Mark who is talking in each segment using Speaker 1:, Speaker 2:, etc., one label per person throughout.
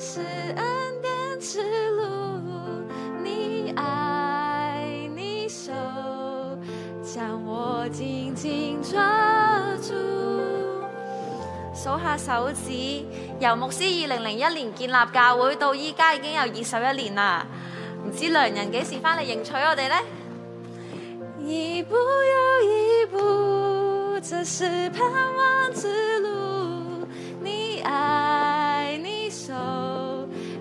Speaker 1: 是恩典之路，你爱你手，将我紧紧抓住。
Speaker 2: 數下手指，由牧師二零零一年建立教會到依家已經有二十一年啦。唔知良人幾時翻嚟迎娶我哋呢？
Speaker 1: 一步又一步，这是盼望之路。你爱你手，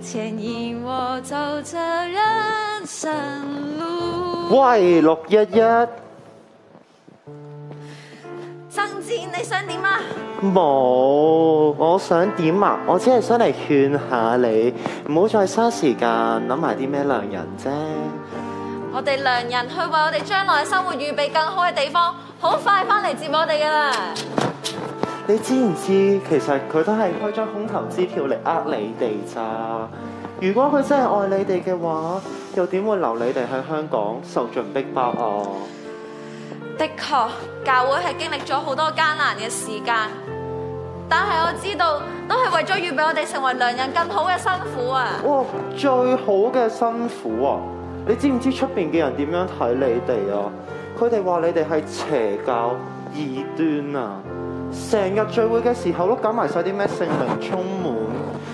Speaker 1: 牵引我走这人生路。
Speaker 3: 喂，六一一
Speaker 2: 曾志，你想點啊？
Speaker 3: 冇，我想點啊？我只係想嚟勸下你，唔好再嘥時間諗埋啲咩良人啫。
Speaker 2: 我哋良人去為我哋將來嘅生活預備更好嘅地方，好快翻嚟接我哋噶啦。
Speaker 3: 你知唔知其實佢都係開張空頭支票嚟呃你哋咋？如果佢真係愛你哋嘅話，又點會留你哋喺香港受盡逼迫啊？
Speaker 2: 的確，教會係經歷咗好多艱難嘅時間，但係我知道都係為咗預備我哋成為良人更好嘅辛苦啊！
Speaker 3: 哇，最好嘅辛苦啊！你知唔知出邊嘅人點樣睇你哋啊？佢哋話你哋係邪教異端啊！成日聚會嘅時候都搞埋晒啲咩聖靈充滿，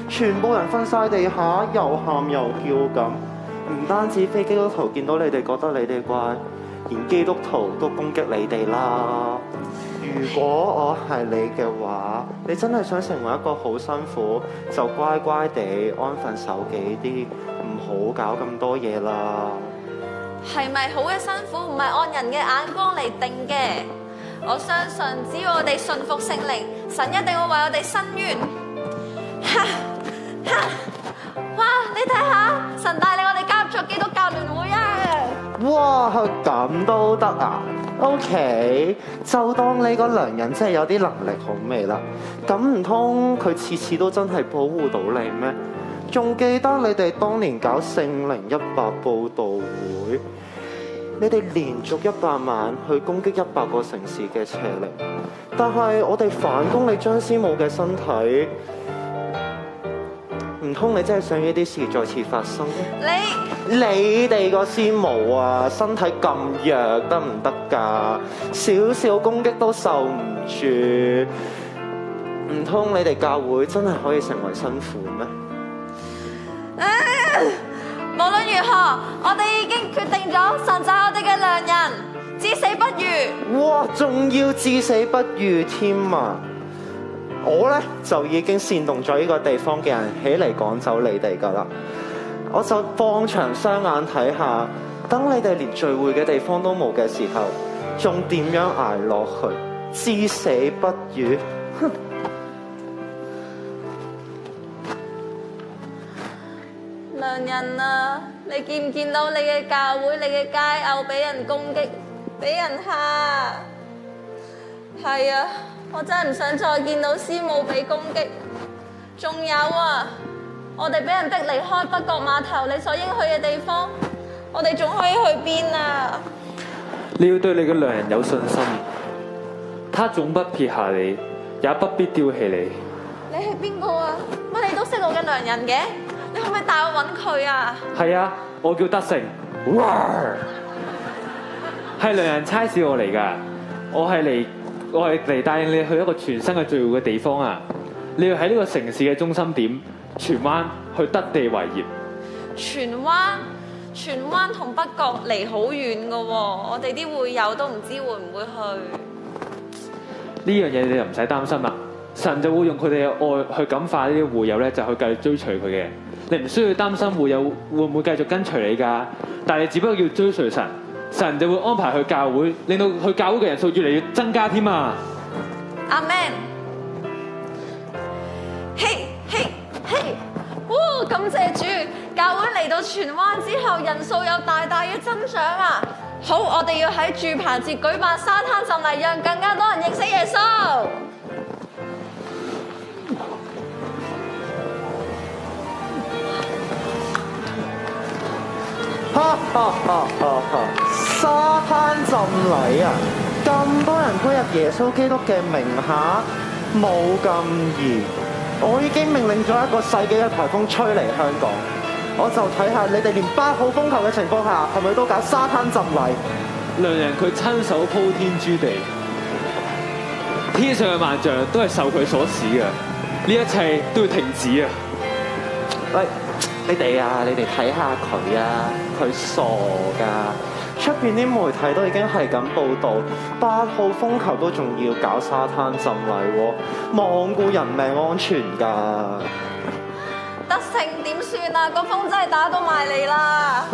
Speaker 3: 全部人瞓晒地下，又喊又叫咁。唔單止非基督徒見到你哋覺得你哋怪，連基督徒都攻擊你哋啦。如果我係你嘅話，你真係想成為一個好辛苦，就乖乖地安分守己啲，唔好搞咁多嘢啦。
Speaker 2: 係咪好嘅辛苦唔係按人嘅眼光嚟定嘅？我相信只要我哋信服聖靈，神一定會為我哋伸冤。 哈哈！哇！你睇下，神帶領我哋加入咗基督教聯會啊！
Speaker 3: 哇，咁都得啊？OK，就當你個良人真係有啲能力好未啦？咁唔通佢次次都真係保護到你咩？仲記得你哋當年搞聖靈一百報道會，你哋連續一百晚去攻擊一百個城市嘅邪靈，但係我哋反攻你張師母嘅身體，唔通你真係想呢啲事再次發生咩？
Speaker 2: 你。
Speaker 3: 你哋個師母啊，身體咁弱得唔得㗎？少少攻擊都受唔住，唔通你哋教會真係可以成為辛苦咩？
Speaker 2: 無論如何，我哋已經決定咗神就係我哋嘅良人，至死不渝。
Speaker 3: 哇，仲要至死不渝添啊！我呢，就已經煽動咗呢個地方嘅人起嚟趕走你哋㗎啦，我就放長雙眼睇下，等你哋連聚會嘅地方都冇嘅時候，仲點樣捱落去？至死不渝。
Speaker 2: 良人啊，你見唔見到你嘅教會、你嘅街偶俾人攻擊、俾人蝦？係啊，我真係唔想再見到師母俾攻擊。仲有啊，我哋俾人逼離開北角碼頭，你所應去嘅地方，我哋仲可以去邊啊？
Speaker 4: 你要對你嘅良人有信心，他總不撇下你，也不必丟棄你。
Speaker 2: 你係邊個啊？乜你都識我嘅良人嘅？你可唔可以帶我揾佢啊？
Speaker 4: 係啊，我叫德成，係良人差事我嚟㗎。我係嚟，我係嚟帶你去一個全新嘅聚會嘅地方啊！你要喺呢個城市嘅中心點荃灣去得地為業。
Speaker 2: 荃灣，荃灣同北角離好遠嘅喎，我哋啲會友都唔知會唔會去。
Speaker 4: 呢樣嘢你就唔使擔心啦。神就會用佢哋嘅愛去感化呢啲會友咧，就去繼續追隨佢嘅。你唔需要擔心會友會唔會繼續跟隨你㗎，但係你只不過要追隨神，神就會安排去教會，令到去教會嘅人數越嚟越增加添啊！
Speaker 2: 阿 Man，嘿嘿嘿，哇！感謝主，教會嚟到荃灣之後，人數有大大嘅增長啊！好，我哋要喺住棚節舉辦沙灘浸禮，讓更加多人認識耶穌。
Speaker 3: 哈哈哈哈哈！沙灘浸禮啊，咁多人歸入耶穌基督嘅名下，冇咁易。我已經命令咗一個世紀嘅颱風吹嚟香港，我就睇下你哋連八號風球嘅情況下，係咪都搞沙灘浸禮？
Speaker 4: 良人佢親手鋪天誅地，天上嘅萬象都係受佢所使嘅，呢一切都要停止啊！
Speaker 3: 喂，你哋啊，你哋睇下佢啊，佢傻㗎。出邊啲媒體都已經係咁報導，八號風球都仲要搞沙灘浸禮喎，罔顧人命安全㗎。
Speaker 2: 德勝點算啊？個風真係打到埋嚟啦！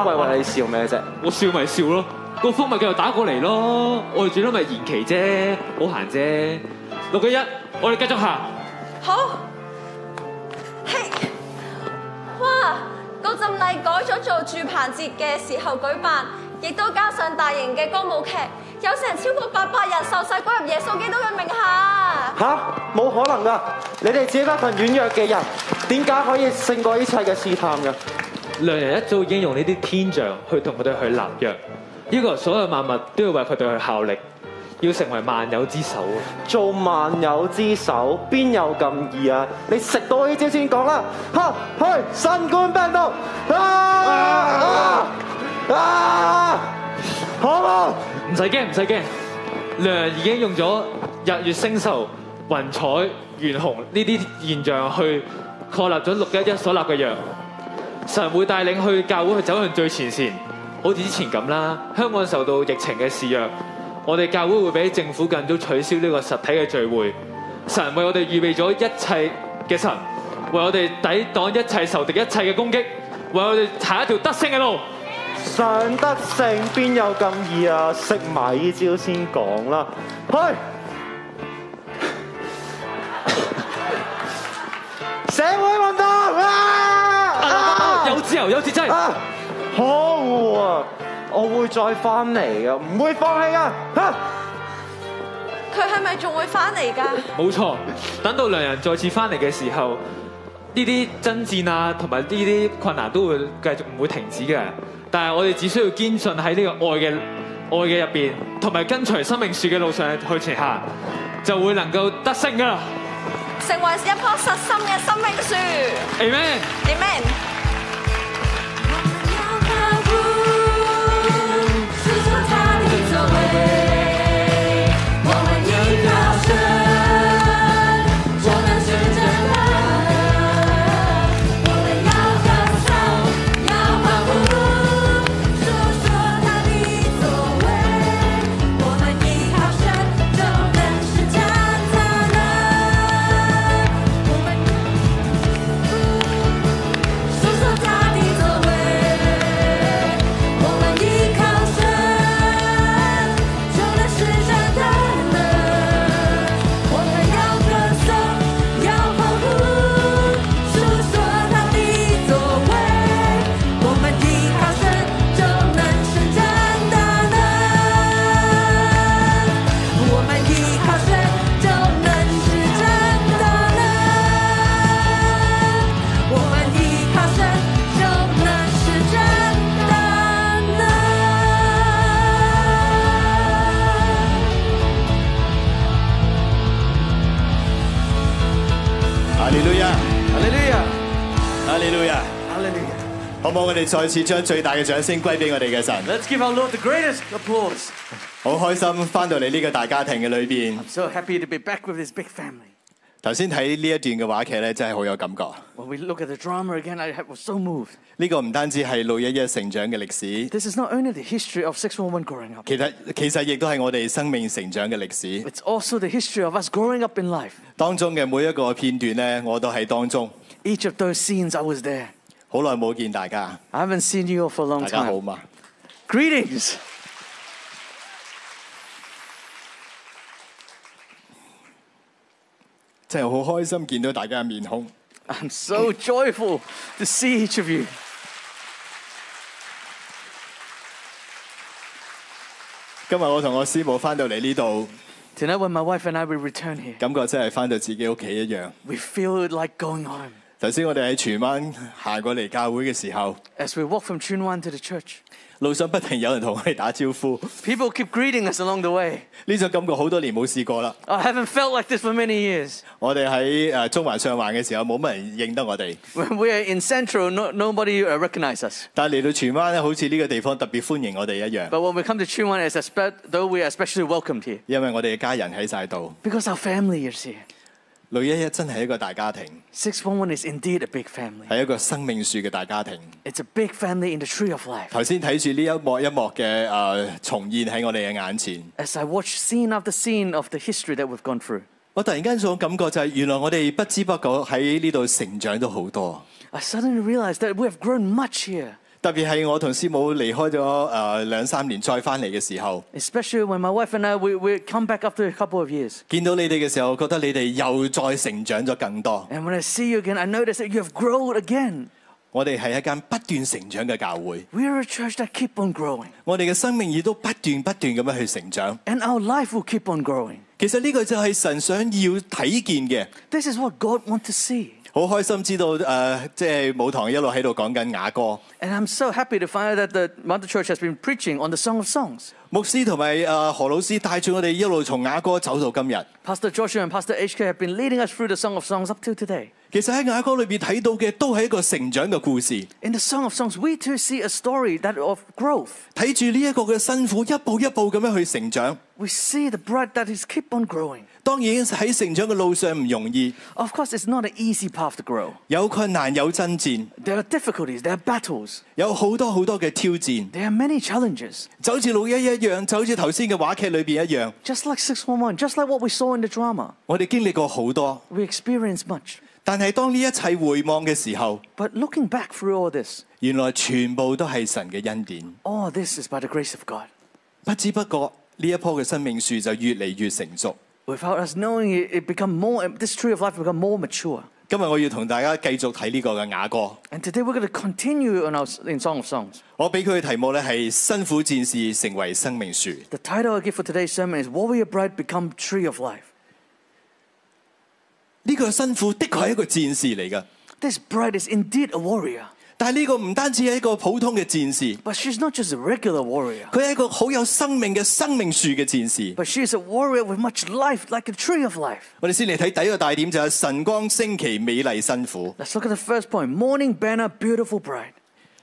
Speaker 3: 喂喂，你笑咩啫？
Speaker 4: 我笑咪笑咯，個風咪繼續打過嚟咯，我哋最多咪延期啫，好閒啫。六一一，我哋繼續行。
Speaker 2: 好，嘿，哇！個浸禮改咗做住棚節嘅時候舉辦，亦都加上大型嘅歌舞劇，有成超過八百人受洗歸入耶穌基督嘅名 下。
Speaker 3: 吓，冇可能㗎！你哋只係一群軟弱嘅人，點解可以勝過呢切嘅試探㗎？
Speaker 4: 良人一早已經用呢啲天象去同佢哋去立約，呢個所有萬物都要為佢哋去效力，要成為萬有之首啊！
Speaker 3: 做萬有之首，邊有咁易啊？你食到呢招先講啦！嚇，去新冠病毒啊啊啊！好啦，
Speaker 4: 唔使驚，唔使驚，良人已經用咗日月星宿、雲彩、懸紅呢啲現象去確立咗六一一所立嘅約。神會帶領去教會去走向最前線，好似之前咁啦。香港受到疫情嘅肆虐，我哋教會會比政府更早取消呢個實體嘅聚會。神為我哋預備咗一切嘅神，為我哋抵擋一切仇敵、一切嘅攻擊，為我哋行一條得勝嘅路。
Speaker 3: 上得勝邊有咁易啊？食埋呢招先講啦！去社會運動啊！啊
Speaker 4: 有自由，有節制。
Speaker 3: 啊，好啊！我會再翻嚟嘅，唔會放棄啊！啊
Speaker 2: 佢係咪仲會翻嚟㗎？
Speaker 4: 冇錯，等到良人再次翻嚟嘅時候，呢啲爭戰啊，同埋呢啲困難都會繼續唔會停止嘅。但係我哋只需要堅信喺呢個愛嘅愛嘅入邊，同埋跟隨生命樹嘅路上去前行，就會能夠得勝噶啦。
Speaker 2: 成為一棵實心嘅生命樹。
Speaker 4: Amen。
Speaker 2: Amen。
Speaker 5: 述说他的作为，我们依靠神，就能实现他的。我们要歌颂，要欢呼，述说他的作为，我们依靠神，就能实现他的。我们依靠神，就能实现他的。我们依靠神，就能是真的能。
Speaker 6: 哈利路亞，哈利路亞，哈利路亞，哈利路亞。好唔好？我哋再次將最大嘅掌聲歸俾我哋嘅神。
Speaker 7: Let's give our Lord the greatest applause.
Speaker 6: 好開心翻到嚟呢個大家庭嘅裏邊。
Speaker 7: So happy to be back with this big family.
Speaker 6: 頭先睇呢一段嘅話劇咧，真係好有感覺。
Speaker 7: When we look at the drama again, I ha- was so moved.
Speaker 6: 呢個唔單止係六一一成長嘅歷史，
Speaker 7: This is not only the history of 611 growing up,
Speaker 6: 其實其實亦都係我哋生命成長嘅歷史
Speaker 7: it's also the history of us growing up in life.
Speaker 6: 當中嘅每一個片段咧，我都喺當中。
Speaker 7: Each of those scenes, I was there.
Speaker 6: 好耐冇見大家，
Speaker 7: I haven't seen you all for a
Speaker 6: 大
Speaker 7: long
Speaker 6: 家好
Speaker 7: time.
Speaker 6: 嘛？
Speaker 7: Greetings.
Speaker 6: 真係好開心見到大家嘅面孔。
Speaker 7: I'm so joyful to see each of you.
Speaker 6: 今日我同我師母翻到嚟呢度，
Speaker 7: Tonight, when my wife and I we return here,
Speaker 6: 感覺真係翻到自己屋企一樣。
Speaker 7: we feel like going home.
Speaker 6: 頭先我哋喺荃灣行過嚟教會嘅時候，
Speaker 7: As we walk from Chun Wan to the church,
Speaker 6: 路上不停有人同我哋打招呼，
Speaker 7: people keep greeting us along the way.
Speaker 6: 呢種感覺好多年冇試過啦。
Speaker 7: I haven't felt like this for many years.
Speaker 6: 我哋喺誒中環上環嘅時候，冇乜人認得我哋，
Speaker 7: When we are in Central, no, nobody uh, recognizes us.
Speaker 6: 但係嚟到荃灣咧，好似呢個地方特別歡迎我哋一樣，
Speaker 7: But when we come to Chun Wan, it's espe- though we are especially welcomed here
Speaker 6: 因為我哋嘅家人喺晒度。
Speaker 7: because our family is here.
Speaker 6: 女一一真係一個大家庭，
Speaker 7: 611 is indeed a big family.
Speaker 6: 係一個生命樹嘅大家庭。
Speaker 7: It's a big family in the tree of life.
Speaker 6: 頭先睇住呢一幕一幕嘅誒重現喺我哋嘅眼前，
Speaker 7: As I watch scene after scene of the history that we've gone through,
Speaker 6: 我突然間種感覺就係原來我哋不知不覺喺呢度成長咗好多。
Speaker 7: I suddenly realized that we have grown much here.
Speaker 6: 特別係我同師母離開咗誒兩三年再翻嚟嘅時候，
Speaker 7: Especially when my wife and I we, we come back after a couple of years.
Speaker 6: 見到你哋嘅時候，覺得你哋又再成長咗更多。
Speaker 7: And when I see you again, I notice that you have grown again.
Speaker 6: 我哋係一間不斷成長嘅教會，
Speaker 7: We are a church that keep on growing,
Speaker 6: 我哋嘅生命亦都不斷不斷咁樣去成長。
Speaker 7: and our life will keep on growing.
Speaker 6: 其實呢個就係神想要睇見嘅。
Speaker 7: This is what God wants to see.
Speaker 6: 好開心知道誒、呃即係舞堂一路喺度講緊雅歌，
Speaker 7: And I'm so happy to find out that the Mother Church has been preaching on the Song of Songs.
Speaker 6: 牧師同埋誒何老師帶住我哋一路從雅歌走到今日。
Speaker 7: Pastor Joshua and Pastor HK have been leading us through the Song of Songs up till today.
Speaker 6: 其實喺雅歌裏邊睇到嘅都係一個成長嘅故事，
Speaker 7: In the Song of Songs, we too see a story that of growth.
Speaker 6: 睇住呢一個嘅辛苦一步一步咁樣去成長。
Speaker 7: We see the bread that is keep on growing.
Speaker 6: 當然喺成長嘅路上唔容易，
Speaker 7: Of course, it's not an easy path to grow.
Speaker 6: 有困難有爭戰，
Speaker 7: There are difficulties, there are battles,
Speaker 6: 有好多好多嘅挑戰，
Speaker 7: there are many challenges.
Speaker 6: 就好似六一一樣，就好似頭先嘅話劇裏邊一樣，
Speaker 7: Just like 611, just like what we saw in the drama,
Speaker 6: 我哋經歷過好多。
Speaker 7: we experienced much.
Speaker 6: 但係當呢一切回望嘅時候，
Speaker 7: But looking back through all this,
Speaker 6: 原來全部都係神嘅恩典。
Speaker 7: all this is by the grace of God.
Speaker 6: 不知不覺呢一棵嘅生命樹就越嚟越成熟。
Speaker 7: Without us knowing it, it become more, this tree of life become more mature.
Speaker 6: 今日我要同大家繼續睇呢個嘅雅歌，
Speaker 7: And today we're going to continue on our, in Song of Songs.
Speaker 6: 我俾佢嘅題目呢係辛苦戰士成為生命樹。
Speaker 7: The title I give for today's sermon is Warrior Bride Become Tree of Life.
Speaker 6: 呢、個辛苦的確係一個戰士嚟㗎，
Speaker 7: This bride is indeed a warrior,
Speaker 6: 但係呢個唔單止係一個普通嘅戰士，
Speaker 7: but she's not just a regular warrior,
Speaker 6: 佢係一個好有生命嘅生命樹嘅戰士。
Speaker 7: but she is a warrior with much life, like a tree of life.
Speaker 6: 我哋先嚟睇第一個大點就係晨光升旗美麗辛苦。
Speaker 7: Let's look at the first point Morning Banner, Beautiful Bride.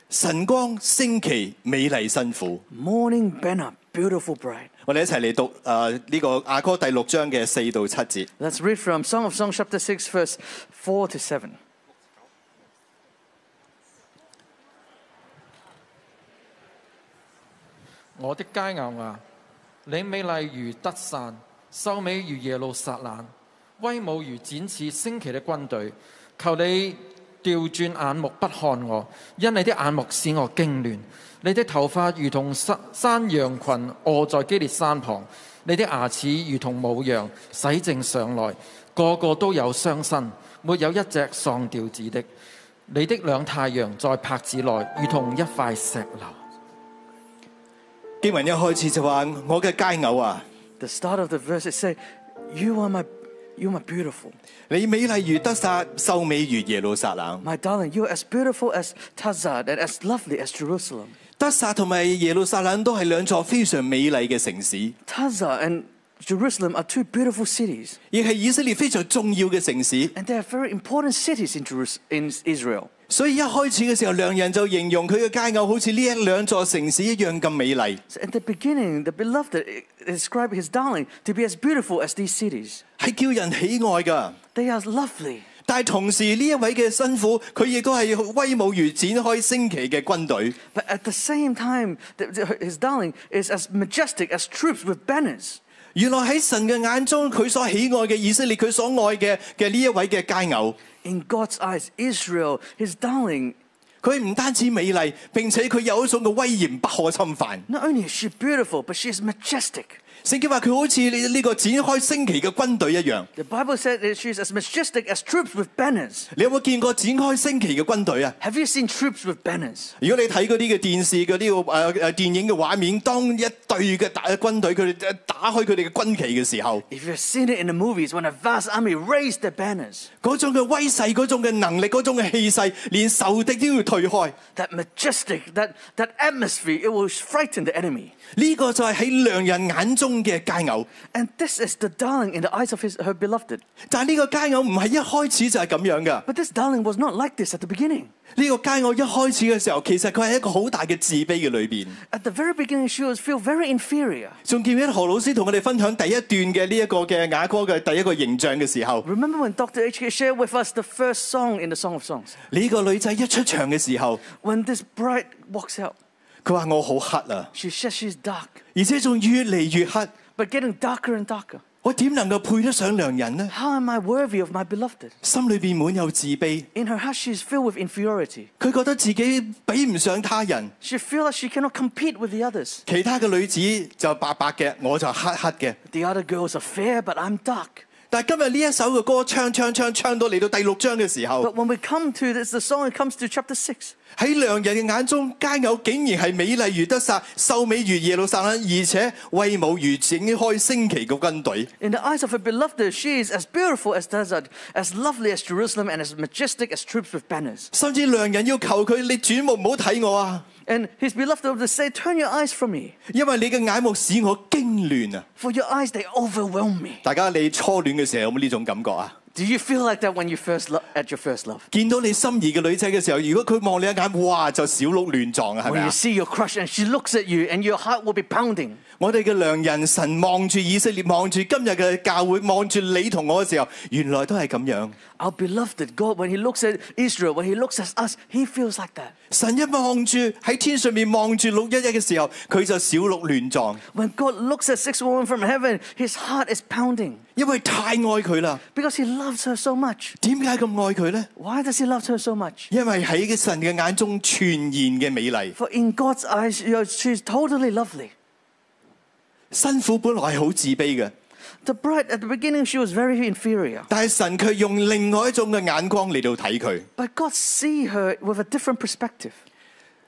Speaker 6: 晨光升旗美麗辛苦。
Speaker 7: Morning Banner, Beautiful Bride.
Speaker 6: 我哋一齊嚟讀誒呢、個雅歌第六章嘅四到七節。
Speaker 7: Let's read from Song of Songs, chapter 6, verse 4 to 7.
Speaker 8: 我的佳偶啊，你美麗如德散，秀美如耶路撒冷，威武如展翅升旗的軍隊。求你調轉眼目不看我，因你的眼目使我驚亂。你的頭髮如同山山羊群卧在基列山旁，你的牙齒如同母羊洗淨上來，個個都有傷身，沒有一隻喪掉子的。你的兩太陽在帕子內，如同一塊石榴。
Speaker 6: 經文一開始就話：我嘅佳偶啊，
Speaker 7: The start of the verse it says, You are my you are my beautiful.
Speaker 6: 你美麗如德撒，秀美如耶路撒冷。
Speaker 7: My darling, you are as beautiful as Tazad and as lovely as Jerusalem.
Speaker 6: 德撒同埋耶路撒冷都係兩座非常美麗嘅城市，
Speaker 7: Tazad and Jerusalem are two beautiful cities,
Speaker 6: 亦係以色列非常重要嘅城市。
Speaker 7: and they are very important cities in, Jerus- in Israel.
Speaker 6: 所以一開始嘅時候，良人就形容佢嘅佳偶好似呢一兩座城市一樣咁美麗，
Speaker 7: So at the beginning, the beloved eh, described his darling to be as beautiful as these cities.
Speaker 6: 係叫人喜愛㗎。
Speaker 7: They are lovely,
Speaker 6: 但係同時呢一位嘅辛苦，佢亦都係威武如展開升旗嘅軍隊。
Speaker 7: but at the same time, th- th- his darling is as majestic as troops with banners.
Speaker 6: 原來哦喺神嘅眼中，佢所喜愛嘅以色列，佢所愛嘅嘅呢一位嘅佳偶，
Speaker 7: In God's eyes, Israel, his darling,
Speaker 6: 佢唔單止美麗，並且佢有一種嘅威嚴不可侵犯。
Speaker 7: not only is she beautiful, but she is majestic.
Speaker 6: 聖經話佢好似呢呢個展開升旗嘅軍隊一樣。
Speaker 7: The Bible said that she is as majestic as troops with banners.
Speaker 6: 你有冇見過展開升旗嘅軍隊啊？
Speaker 7: Have you seen troops with banners?
Speaker 6: 如果你睇嗰啲嘅電視嗰啲誒誒電影嘅畫面，當一隊嘅大軍隊佢哋呃打開佢哋嘅軍旗嘅時候，
Speaker 7: If you've seen it in the movies, when a vast army raised their banners,
Speaker 6: 嗰種嘅威勢、嗰種嘅能力、嗰種嘅氣勢，連仇敵都要退開。
Speaker 7: that majestic, that, that atmosphere, it will frighten the enemy.
Speaker 6: 呢、個就係喺良人眼中嘅佳偶，
Speaker 7: And this is the darling in the eyes of his, her beloved.
Speaker 6: 但係呢個佳偶唔係一開始就係咁樣噶。
Speaker 7: But this darling was not like this at the beginning.
Speaker 6: 呢、個佳偶一開始嘅時候，其實佢係一個好大嘅自卑嘅裏邊。
Speaker 7: At the very beginning, she was feel very inferior.
Speaker 6: 仲記唔記得何老師同我哋分享第一段嘅呢一個嘅雅歌嘅第一個形象嘅時候，
Speaker 7: Remember when Dr. H.K. shared with us the first song in the Song of Songs?
Speaker 6: 呢、個女仔一出場嘅時候，
Speaker 7: When this bride walks out,
Speaker 6: 佢話我好黑啊，
Speaker 7: she says she's dark,
Speaker 6: 而且仲越嚟越黑。
Speaker 7: but getting darker and darker.
Speaker 6: 我點能夠配得上良人呢？
Speaker 7: How am I worthy of my beloved?
Speaker 6: 心裏邊滿有自卑，
Speaker 7: In her heart, she is filled with inferiority.
Speaker 6: 佢覺得自己比唔上他人。
Speaker 7: She feels like she cannot compete with the others.
Speaker 6: 其他嘅女子就白白嘅，我就黑黑嘅。
Speaker 7: The other girls are fair, but I'm dark.
Speaker 6: 但係今日呢一首嘅歌唱唱唱唱到嚟到第六章嘅時候
Speaker 7: But，when we come to this, the song comes to chapter 6.
Speaker 6: 喺良人嘅眼中，佳偶竟然係美麗如得撒，秀美如耶路撒冷，而且威武如展開升旗嘅軍隊。
Speaker 7: In the eyes of her beloved, she is as beautiful as desert, as lovely as Jerusalem, and as majestic as troops with banners.
Speaker 6: 甚至良人要求佢：你轉目唔好睇我啊，
Speaker 7: And his beloved would say, Turn your eyes from me,
Speaker 6: 因為你嘅眼目使我驚亂啊！
Speaker 7: for your eyes, they overwhelm me.
Speaker 6: 大家你初戀嘅時候有冇呢種感覺啊？
Speaker 7: Do you feel like that when you first lo- at your first love?
Speaker 6: 見到你心儀嘅女仔嘅時候，如果佢望你一眼，哇就小鹿亂撞啊，係咪
Speaker 7: When
Speaker 6: 啊
Speaker 7: you？see your crush and she looks at you and your heart will be pounding.
Speaker 6: 我哋嘅良人神望住以色列，望住今日嘅教會，望住你同我嘅時候，原來都係咁樣。
Speaker 7: Our beloved God, when he looks at Israel, when he looks at us, he feels like that.
Speaker 6: 神一望住喺天上面望住六一一嘅時候，佢就小鹿亂撞，
Speaker 7: When God looks at six women from heaven, his heart is pounding
Speaker 6: 因為太愛佢啦。
Speaker 7: because he loves her so much.
Speaker 6: 點解咁愛佢呢？
Speaker 7: Why does he love her so much?
Speaker 6: 因為喺神嘅眼中全然嘅美麗，
Speaker 7: For in God's eyes, you know, she's totally lovely.
Speaker 6: 辛苦本來係好自卑嘅，
Speaker 7: The bride at the beginning, she was very inferior,
Speaker 6: 但係神卻用另外一種嘅眼光嚟到睇佢。
Speaker 7: but God see her with a different perspective.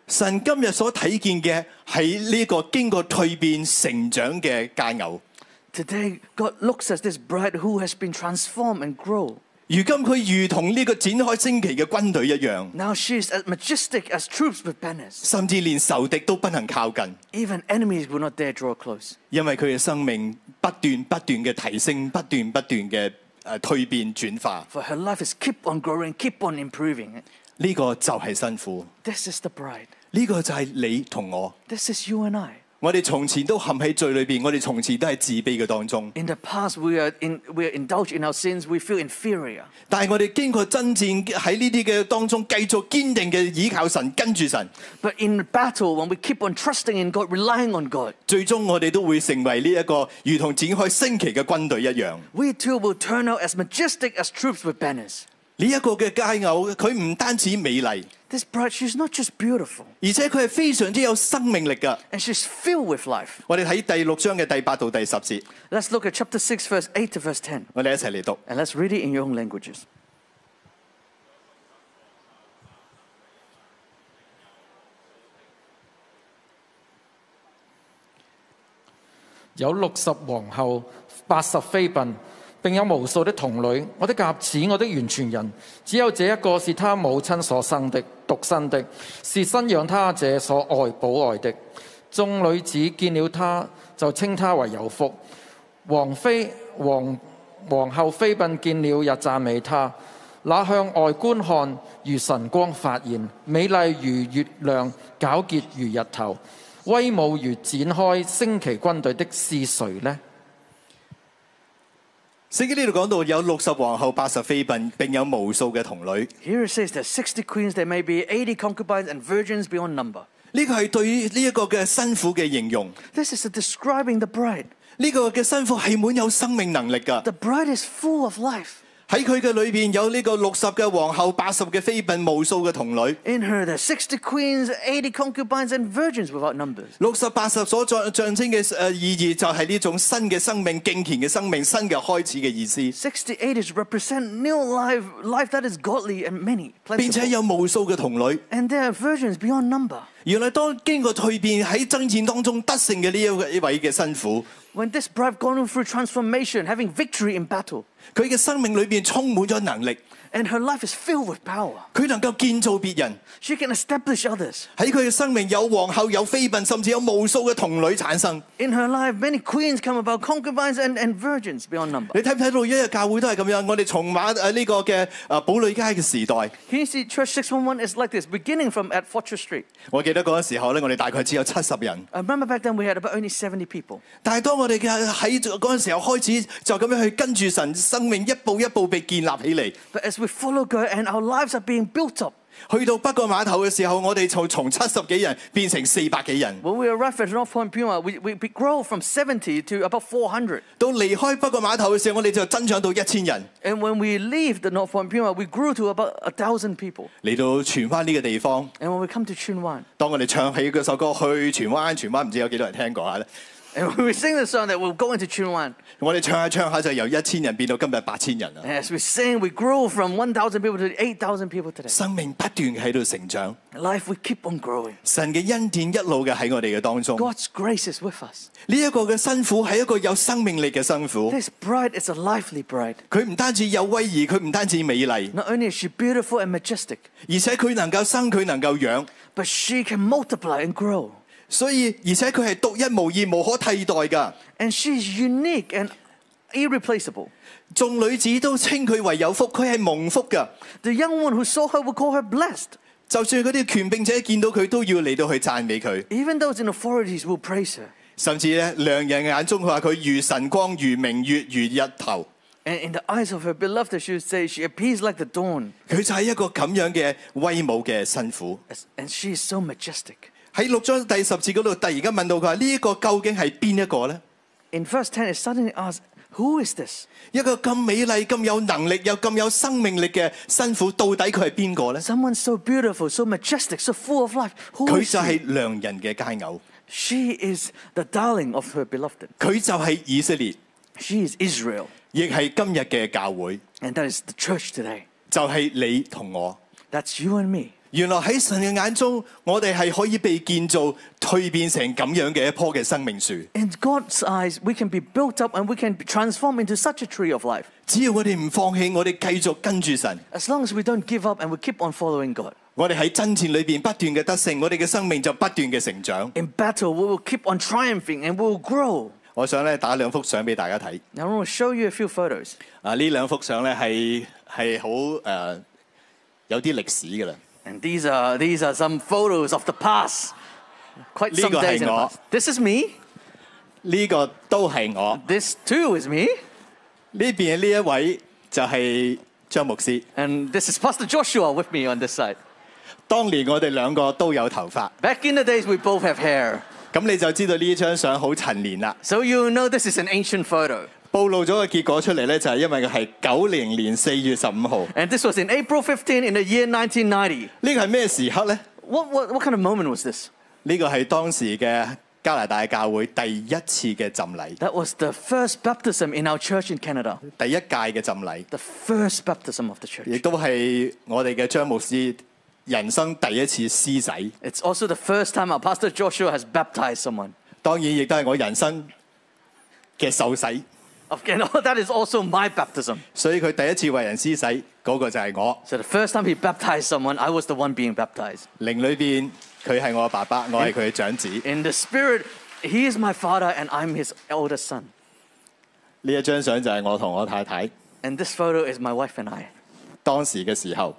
Speaker 6: 神今日所睇見嘅係呢個經過蜕變成長嘅佳偶。
Speaker 7: Today, God looks at this bride who has been transformed and grow.
Speaker 6: 如今佢如同呢個展開升旗嘅軍隊一樣，
Speaker 7: Now she is as majestic as troops with banners.
Speaker 6: 甚至連仇敵都不能靠近，
Speaker 7: Even enemies will not dare draw close
Speaker 6: 因為佢嘅生命不斷不斷嘅提升，不斷不斷嘅誒蜕變轉化。
Speaker 7: for her life is keep on growing, keep on improving.
Speaker 6: 呢、個就係辛苦，
Speaker 7: This is the bride.
Speaker 6: 呢、個就係你同我。
Speaker 7: This is you and I.
Speaker 6: 我哋從前都陷喺罪裏邊，我哋從前都係自卑嘅當中。
Speaker 7: In the past, we are in, we are indulged in our sins. We feel inferior.
Speaker 6: 但係我哋經過爭戰喺呢啲嘅當中，繼續堅定嘅倚靠神，跟住神，
Speaker 7: But in battle, when we keep on trusting in God, relying on God,
Speaker 6: 最終我哋都會成為呢、一個如同展開升旗嘅軍隊一樣。
Speaker 7: we too will turn out as majestic as troops with banners.
Speaker 6: 呢一個嘅佳偶，佢唔單止美麗，
Speaker 7: This bride, she's not just beautiful,
Speaker 6: 而且佢係非常之有生命力噶。
Speaker 7: and she's filled with life.
Speaker 6: 我哋睇第六章嘅第八到第十節，
Speaker 7: Let's look at chapter 6, verse 8 to verse 10,
Speaker 6: 我哋一齊嚟讀。
Speaker 7: and let's read it in your own languages.
Speaker 8: 有六十皇后、八十妃嫔，並有無數的童女。我的鴿子，我的完全人，只有這一個是他母親所生的，獨生的，是生養他者所愛保愛的。眾女子見了他，就稱他為有福。王妃、王皇后妃嫔見了也讚美他。那向外觀看如神光發現，美麗如月亮，皎潔如日頭，威武如展開升旗軍隊的是誰呢？
Speaker 6: 聖經呢度講到有六十皇后、八十妃嫔，並有無數嘅童女。
Speaker 7: Here it says there's 60 queens, there may be 80 concubines and virgins beyond number.
Speaker 6: 呢個係對呢一個嘅辛苦嘅形容。
Speaker 7: This is describing the bride.
Speaker 6: 呢、個嘅辛苦係滿有生命能力噶，
Speaker 7: The bride is full of life.
Speaker 6: 喺佢嘅裏邊有呢個六十嘅皇后、八十嘅妃嫔、無數嘅童女。
Speaker 7: In her there are 60 queens, 80 concubines, and virgins without numbers.
Speaker 6: 六十八十所象象徵嘅誒意義就係呢種新嘅生命、敬虔嘅生命、新嘅開始嘅意思。
Speaker 7: 68 is represent new life, life that is godly and many,
Speaker 6: 並且
Speaker 7: plentiful.
Speaker 6: 有無數嘅童女。
Speaker 7: And there are virgins beyond number.
Speaker 6: 原來當經過蜕變喺爭戰當中得勝嘅呢一位一位嘅辛苦，
Speaker 7: When this bride gone through transformation, having victory in battle,
Speaker 6: 佢嘅生命裏邊充滿咗能力，
Speaker 7: and her life is filled with power,
Speaker 6: 佢能夠建造別人。
Speaker 7: she can establish others.
Speaker 6: 喺佢嘅生命有皇后、有妃嫔，甚至有無數嘅童女產生。
Speaker 7: In her life, many queens come about, concubines and, and virgins beyond number.
Speaker 6: 你睇唔睇到一日教會都係咁樣？我哋從馬誒呢個嘅呃誒堡壘街嘅時代，
Speaker 7: Can you see Church 611 is like this, beginning from at Fortress Street.
Speaker 6: 我記得嗰陣時候咧，我哋大概只有七十人。
Speaker 7: I remember back then we had about only 70 people.
Speaker 6: 但係當我哋嘅喺嗰陣時候開始就咁樣去跟住神生命一步一步被建立起嚟，
Speaker 7: But as we follow God and our lives are being built up,
Speaker 6: 去到北角碼頭嘅時候，我哋就從七十幾人變成四百幾人。
Speaker 7: when we arrive at North Point Puma, we, we, we grow from 70 to about 400.
Speaker 6: 到離開北角碼頭嘅時候，我哋就增長到一千人。
Speaker 7: And when we leave the North Point Puma, we grew to about 1,000 people.
Speaker 6: 嚟到荃灣呢個地方，
Speaker 7: And when we come to Chun Wan,
Speaker 6: 當我哋唱起嗰首歌去荃灣，荃灣唔知有幾多人聽過下咧。
Speaker 7: and when we sing the song that we'll go into Chun Wan,
Speaker 6: 我哋唱下唱下就由一千人變到今日八千人啊啦。
Speaker 7: and as we sing, we grow from 1,000 people to 8,000 people today.
Speaker 6: 生命不斷喺度成長，
Speaker 7: Life, we keep on growing.
Speaker 6: 神嘅恩典一路嘅喺我哋嘅當中。呢
Speaker 7: God's grace is with us.
Speaker 6: 一個嘅辛苦係一個有生命力嘅辛苦。
Speaker 7: This bride is a lively bride.
Speaker 6: 佢唔單止有威儀，佢唔單止美麗，
Speaker 7: Not only is she beautiful and majestic,
Speaker 6: 而且佢能夠生，佢能夠養。
Speaker 7: but she can multiply and grow.
Speaker 6: 所以而且佢係獨一無二、無可替代㗎。
Speaker 7: And she's unique and irreplaceable.
Speaker 6: 眾女子都稱佢為有福，佢係蒙福㗎。
Speaker 7: The young woman who saw her would call her blessed.
Speaker 6: 就算嗰啲權柄者見到佢，都要嚟到去讚美佢，
Speaker 7: Even those in authorities will praise her.
Speaker 6: 甚至咧亮人眼中，佢話佢如晨光、如明月、如日頭。
Speaker 7: And in the eyes of her beloved, she would say, She appears like the dawn.
Speaker 6: 佢就係一個咁樣嘅威武嘅辛苦。
Speaker 7: As- And she is so majestic.
Speaker 6: 喺六章第十節嗰度，突然間問到佢話：呢一個究竟係邊一個呢？
Speaker 7: In verse 10, it suddenly asks, Who is this?
Speaker 6: 一個咁美麗、咁有能力、又咁有生命力嘅辛苦，到底佢係邊個呢？
Speaker 7: Someone so beautiful, so majestic, so full of life. Who
Speaker 6: 佢
Speaker 7: is
Speaker 6: 就
Speaker 7: she?
Speaker 6: 係良人嘅佳偶，
Speaker 7: She is the darling of her beloved.
Speaker 6: 佢就係以色列，
Speaker 7: She is Israel.
Speaker 6: 亦係今日嘅教會，
Speaker 7: And that is the church today.
Speaker 6: 就係、你同我。
Speaker 7: That's you and me.
Speaker 6: 原來喺神嘅眼中，我哋係可以被建造、蜕變成咁樣嘅一棵嘅生命樹。
Speaker 7: In God's eyes, we can be built up and we can be transformed into such a tree of life.
Speaker 6: 只要我哋唔放棄，我哋繼續跟住神，
Speaker 7: As long as we don't give up and we keep on following God.
Speaker 6: 我哋喺爭戰裏邊不斷嘅得勝，我哋嘅生命就不斷嘅成長。
Speaker 7: In battle, we will keep on triumphing and we will grow.
Speaker 6: 我想咧打兩幅相俾大家睇。
Speaker 7: Now, I want to show you a few photos.
Speaker 6: 啊，呢兩幅相咧係係好誒有啲歷史㗎啦。
Speaker 7: And these are, these are some photos of the past. Quite
Speaker 6: 呢
Speaker 7: some
Speaker 6: 個係
Speaker 7: days in the
Speaker 6: 我。
Speaker 7: past. This is me.
Speaker 6: 呢個都係我，
Speaker 7: This too is me.
Speaker 6: 呢邊呢一位就係張牧師。
Speaker 7: And this is Pastor Joshua with me on this side.
Speaker 6: 當年我哋兩個都有頭髮，
Speaker 7: Back in the days, we both have hair.
Speaker 6: 咁你就知道呢張相好陳年啦。
Speaker 7: So you know this is an ancient photo.
Speaker 6: 暴露咗嘅結果出嚟咧，就係因為佢係九零年四月十五號。
Speaker 7: And this was in April 15 in the year 1990.
Speaker 6: 呢個係咩時刻呢？
Speaker 7: What, what, what kind of moment was this?
Speaker 6: 呢個係當時嘅加拿大教會第一次嘅浸禮，
Speaker 7: That was the first baptism in our church in Canada.
Speaker 6: 第一屆嘅浸禮，
Speaker 7: The first baptism of the church.
Speaker 6: 亦都係我哋嘅張牧師人生第一次施洗，
Speaker 7: It's also the first time our pastor Joshua has baptized someone.
Speaker 6: 當然亦都係我人生嘅受洗。
Speaker 7: Of- And that is also my baptism.
Speaker 6: 所以佢第一次為人施洗嗰、個就係我，
Speaker 7: So the first time he baptized someone, I was the one being baptized.
Speaker 6: 靈裏邊佢係我爸爸，我係佢嘅長子。
Speaker 7: In the spirit, he is my father and I'm his eldest son.
Speaker 6: 呢一張相就係我同我太太
Speaker 7: And this photo is my wife and I
Speaker 6: 當時嘅時候，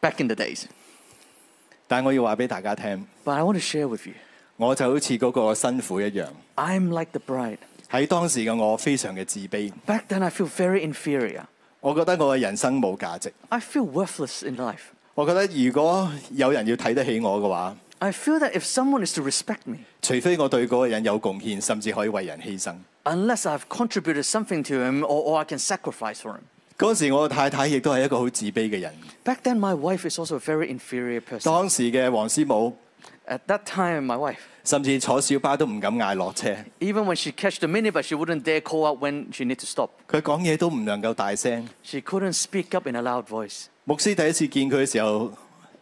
Speaker 7: back in the days.
Speaker 6: 但我要話俾大家聽。
Speaker 7: But I want to share with you
Speaker 6: 我就好似嗰個辛苦一樣，
Speaker 7: I'm like the bride.
Speaker 6: 喺當時嘅我非常嘅自卑，
Speaker 7: Back then, I feel very inferior.
Speaker 6: 我覺得我嘅人生冇價值。
Speaker 7: I feel worthless in life.
Speaker 6: 我覺得如果有人要睇得起我嘅話，
Speaker 7: I feel that if someone is to respect me,
Speaker 6: 除非我對嗰個人有貢獻，甚至可以為人犧牲，
Speaker 7: unless I've contributed something to him or, or I can sacrifice for him,
Speaker 6: 嗰時我太太亦都係一個好自卑嘅人。
Speaker 7: Back then, my wife is also a very inferior person.
Speaker 6: 當時嘅黃師母
Speaker 7: At that time, my wife,
Speaker 6: 甚至坐小巴都唔敢嗌落車，
Speaker 7: even when she catch the minibus, she wouldn't dare call out when she need to stop.
Speaker 6: 佢講嘢都唔能夠大聲。
Speaker 7: She couldn't speak up in a loud voice.
Speaker 6: 牧師第一次見佢嘅時候，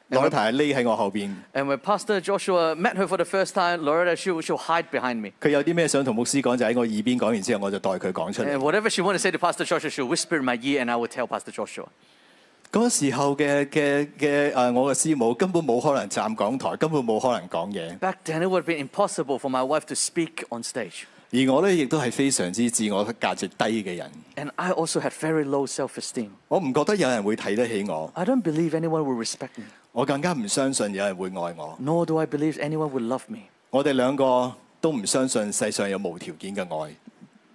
Speaker 6: 朗太匿喺我後邊，
Speaker 7: And when Pastor Joshua met her for the first time, Loretta, she would, she would hide behind me.
Speaker 6: 佢有啲咩想同牧師講就喺我耳邊講完之後，我就代佢講出嚟
Speaker 7: And。whatever she wanted to say to Pastor Joshua, she would whisper in my ear and I would tell Pastor Joshua.
Speaker 6: 嗰個時候嘅嘅嘅誒，我嘅師母根本冇可能站講台，根本冇可能講嘢。
Speaker 7: Back then, it would have been impossible for my wife to speak on stage.
Speaker 6: 而我咧亦都係非常之自我價值低嘅人，
Speaker 7: And I also had very low self esteem.
Speaker 6: 我唔覺得有人會睇得起我，
Speaker 7: I don't believe anyone will respect me,
Speaker 6: 我更加唔相信有人會愛我。
Speaker 7: nor do I believe anyone will love me.
Speaker 6: 我哋兩個都唔相信世上有無條件嘅愛，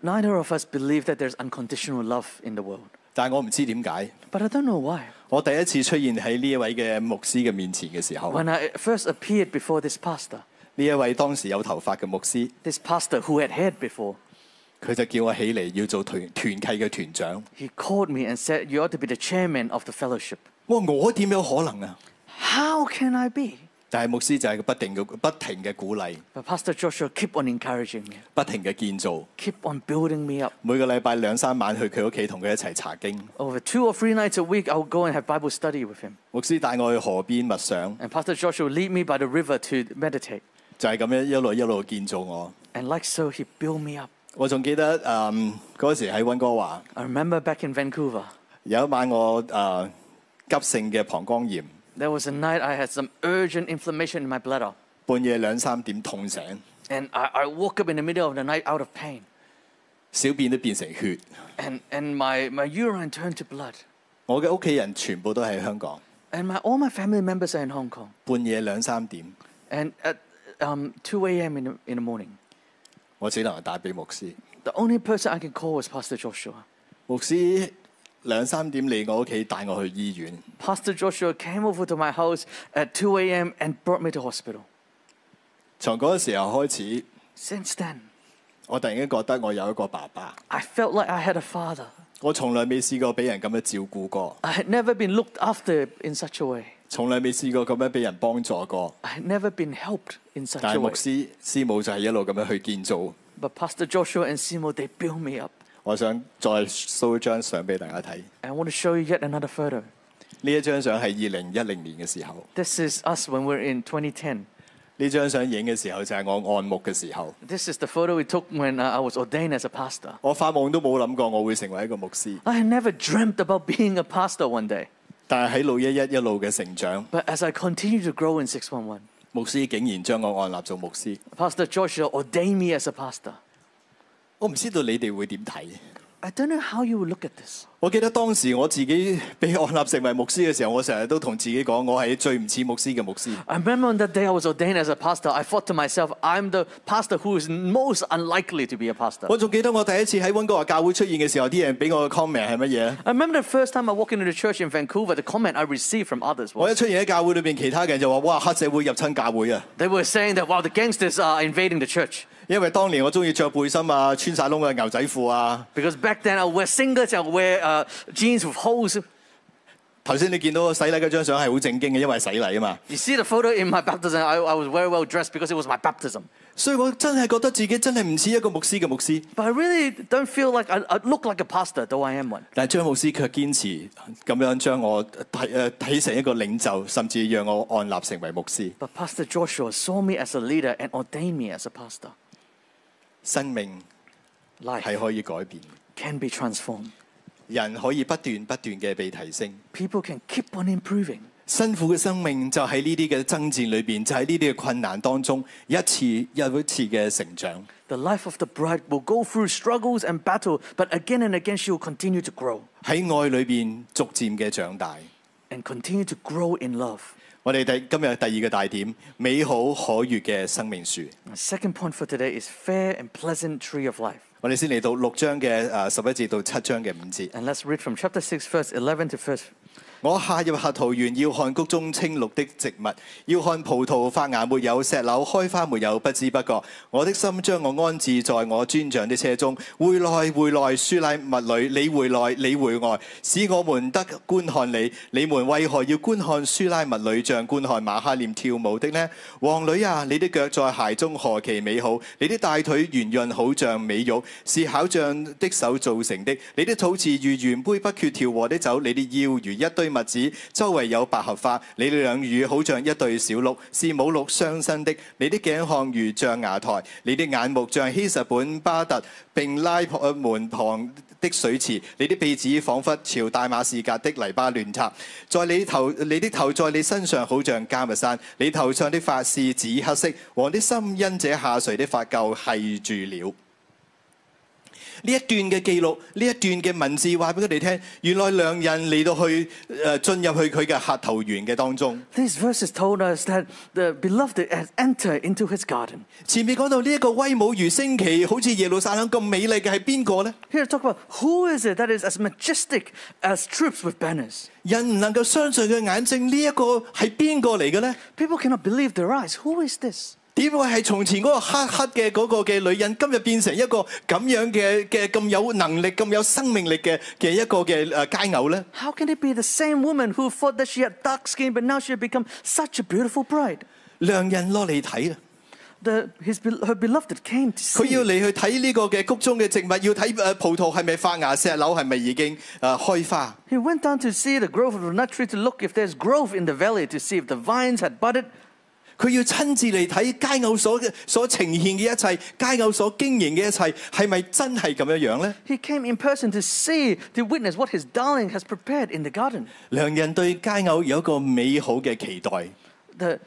Speaker 7: Neither of us believe that there's unconditional love in the world.
Speaker 6: 但我唔知點解。
Speaker 7: But I don't know why.
Speaker 6: 我第一次出現喺呢一位嘅牧師嘅面前嘅時候，
Speaker 7: When I first appeared before this pastor,
Speaker 6: 呢一位當時有頭髮嘅牧師，
Speaker 7: this pastor who had heard before,
Speaker 6: 佢就叫我起嚟要做團團契嘅團長。
Speaker 7: he called me and said, You ought to be the chairman of the fellowship.
Speaker 6: 我話我點有可能啊？
Speaker 7: How can I be?
Speaker 6: 但係牧師就係不定嘅不停嘅鼓勵，
Speaker 7: But Pastor Joshua kept on encouraging me,
Speaker 6: 不停嘅建造。
Speaker 7: keep on building me up.
Speaker 6: 每個禮拜兩三晚去佢屋企同佢一齊查經。
Speaker 7: Over two or three nights a week, I would go and have Bible study with him.
Speaker 6: 牧師帶我去河邊默想，
Speaker 7: And Pastor Joshua would lead me by the river to meditate.
Speaker 6: 就係、咁樣一路一路建造我。
Speaker 7: And like so, he built me up.
Speaker 6: 我仲記得誒嗯嗰、時喺温哥華，
Speaker 7: I remember back in Vancouver,
Speaker 6: 有一晚我誒、呃急性嘅膀胱炎，
Speaker 7: there was a night I had some urgent inflammation in my bladder.
Speaker 6: 半夜兩三點痛醒，
Speaker 7: And I, I woke up in the middle of the night out of pain.
Speaker 6: 小便都變成血。
Speaker 7: And, and my, my urine turned to blood.
Speaker 6: 我嘅屋企人全部都喺香港，
Speaker 7: And my, all my family members are in Hong Kong.
Speaker 6: 半夜兩三點，
Speaker 7: And at um, 2 a.m. In the, in the morning,
Speaker 6: 我只能打俾牧師。
Speaker 7: the only person I could call was Pastor Joshua.
Speaker 6: 牧師兩三點嚟我屋企帶我去醫院，
Speaker 7: Pastor Joshua came over to my house at 2 a.m. and brought me to hospital.
Speaker 6: 從嗰個時候開始，
Speaker 7: Since then,
Speaker 6: 我突然間覺得我有一個爸爸，
Speaker 7: I felt like I had a father.
Speaker 6: 我從來未試過俾人咁樣照顧過，
Speaker 7: I had never been looked after in such a way.
Speaker 6: 從來未試過咁樣俾人幫助過。
Speaker 7: I had never been helped in such
Speaker 6: 但
Speaker 7: a
Speaker 6: 係牧
Speaker 7: way.
Speaker 6: 師師母就係一路咁樣去建造。
Speaker 7: But Pastor Joshua and Simo, they built me up.
Speaker 6: 我想再 show 一張相俾大家睇。
Speaker 7: And I want to show you yet another photo.
Speaker 6: 呢一張相係二零一零年嘅時候，
Speaker 7: This is us when we we're in 2010.
Speaker 6: 呢張相影嘅時候就係我按牧嘅時候。
Speaker 7: This is the photo we took when uh, I was ordained as a pastor.
Speaker 6: 我發夢都冇諗過我會成為一個牧師，
Speaker 7: I had never dreamt about being a pastor one day.
Speaker 6: 但係喺六一一一路嘅成長，
Speaker 7: But as I continued to grow in 611,
Speaker 6: 牧師竟然將我按立做牧師。
Speaker 7: Pastor Joshua ordained me as a pastor.
Speaker 6: 我唔知道你哋會點睇。
Speaker 7: I don't know how you would look at this.
Speaker 6: 我記得當時我自己被按立成為牧師嘅時候，我成日都同自己講，我係最唔似牧師嘅牧師。
Speaker 7: I remember on that day I was ordained as a pastor, I thought to myself, I'm the pastor who is most unlikely to be a pastor.
Speaker 6: 我仲記得我第一次喺温哥華教會出現嘅時候，啲人俾我嘅 comment 係乜嘢咧？
Speaker 7: I remember the first time I walked into the church in Vancouver, the comment I received from others
Speaker 6: 我一
Speaker 7: was
Speaker 6: 出現喺教會裏邊，其他嘅人就話：哇，黑社會入侵教會啊！
Speaker 7: they were saying that, wow, the gangsters are invading the church.
Speaker 6: 因為當年我中意着背心啊，穿晒窿嘅牛仔褲啊。
Speaker 7: Because back then I wear singlets, I wear uh, jeans with holes.
Speaker 6: 頭先你見到我洗禮嗰張相係好正經嘅，因為洗禮啊嘛。
Speaker 7: You see the photo in my baptism, I, I was very well dressed because it was my baptism.
Speaker 6: 所以我真係覺得自己真係唔似一個牧師嘅牧師。
Speaker 7: But I really don't feel like I, I look like a pastor, though I am one.
Speaker 6: 但係張牧師卻堅持咁樣將我呃睇誒睇成一個領袖，甚至讓我按立成為牧師。
Speaker 7: But Pastor Joshua saw me as a leader and ordained me as a pastor.
Speaker 6: 生命
Speaker 7: Life
Speaker 6: 係可以改變，
Speaker 7: can be transformed.
Speaker 6: 人可以不斷不斷嘅被提升。
Speaker 7: People can keep on improving.
Speaker 6: 辛苦嘅生命就喺呢啲嘅爭戰裏邊，就喺呢啲嘅困難當中，一次又一次嘅成長。
Speaker 7: The life of the bride will go through struggles and battle, but again and again she will continue to grow
Speaker 6: 喺愛裏邊逐漸嘅長大。
Speaker 7: and continue to grow in love.
Speaker 6: 我哋第今日第二個大點，美好可悦嘅生命樹。
Speaker 7: My second point for today is fair and pleasant tree of life.
Speaker 6: 我哋先嚟到六章嘅誒十一節到七章嘅五節。
Speaker 7: And let's read from chapter 6, verse 11 to verse
Speaker 6: 我下入客桃園，要看谷中青綠的植物，要看葡萄發芽沒有，石榴開花沒有，不知不覺，我的心將我安置在我尊長的車中，回來回來，書乃物裏，你回來，你回外，使我們得觀看你。你們為何要觀看書拉密女像觀看馬哈念跳舞的呢？王女啊，你的腳在鞋中何其美好，你的大腿圓潤好像美玉，是巧匠的手造成的。你的肚臍如原杯不缺調和的酒，你的腰如一堆麥子，周圍有百合花。你的兩乳好像一對小鹿，是母鹿雙生的。你的頸項如象牙台，你的眼目像希實本巴特並拉破門旁。的水池，你的鼻子彷彿朝大馬士革的黎巴嫩塔，在你頭 你的頭在你身上好像加密山，你頭上的髮是紫黑色，王的心因這下垂的髮髻繫住了。呢一段嘅記錄，呢一段嘅文字話俾佢哋聽，原來良人嚟到去誒、呃、進入去佢嘅客頭園嘅當中。
Speaker 7: These verses told us that the beloved has entered into his garden.
Speaker 6: 前面講到呢一個威武如升旗，好似耶路撒冷咁美麗嘅係邊個呢？
Speaker 7: Here talk about who is it that is as majestic as troops with banners.
Speaker 6: 人唔能夠相信佢眼睛，呢、一個係邊個嚟嘅呢？
Speaker 7: People cannot believe their eyes. Who is this?
Speaker 6: 點會係從前嗰個黑黑嘅嗰個嘅女人，今日變成一個咁樣嘅嘅咁有能力、咁有生命力嘅嘅一個嘅誒佳偶呢？
Speaker 7: How can it be the same woman who thought that she had dark skin, but now she had become such a beautiful bride?
Speaker 6: 良人落嚟睇啦，
Speaker 7: The, his, be- her beloved came to
Speaker 6: 佢
Speaker 7: see.
Speaker 6: 要嚟去睇呢個嘅谷中嘅植物，要睇誒葡萄係咪發芽，石榴係咪已經誒開花。
Speaker 7: He went down to see the growth of the nut tree to look if there's growth in the valley, to see if the vines had budded.
Speaker 6: 佢要親自嚟睇佳偶所嘅所呈現嘅一切，佳偶所經營嘅一切係咪真係咁樣樣呢？
Speaker 7: He came in person to see, to witness what his darling has prepared in the garden.
Speaker 6: 良人對佳偶有一個美好嘅期待，
Speaker 7: The,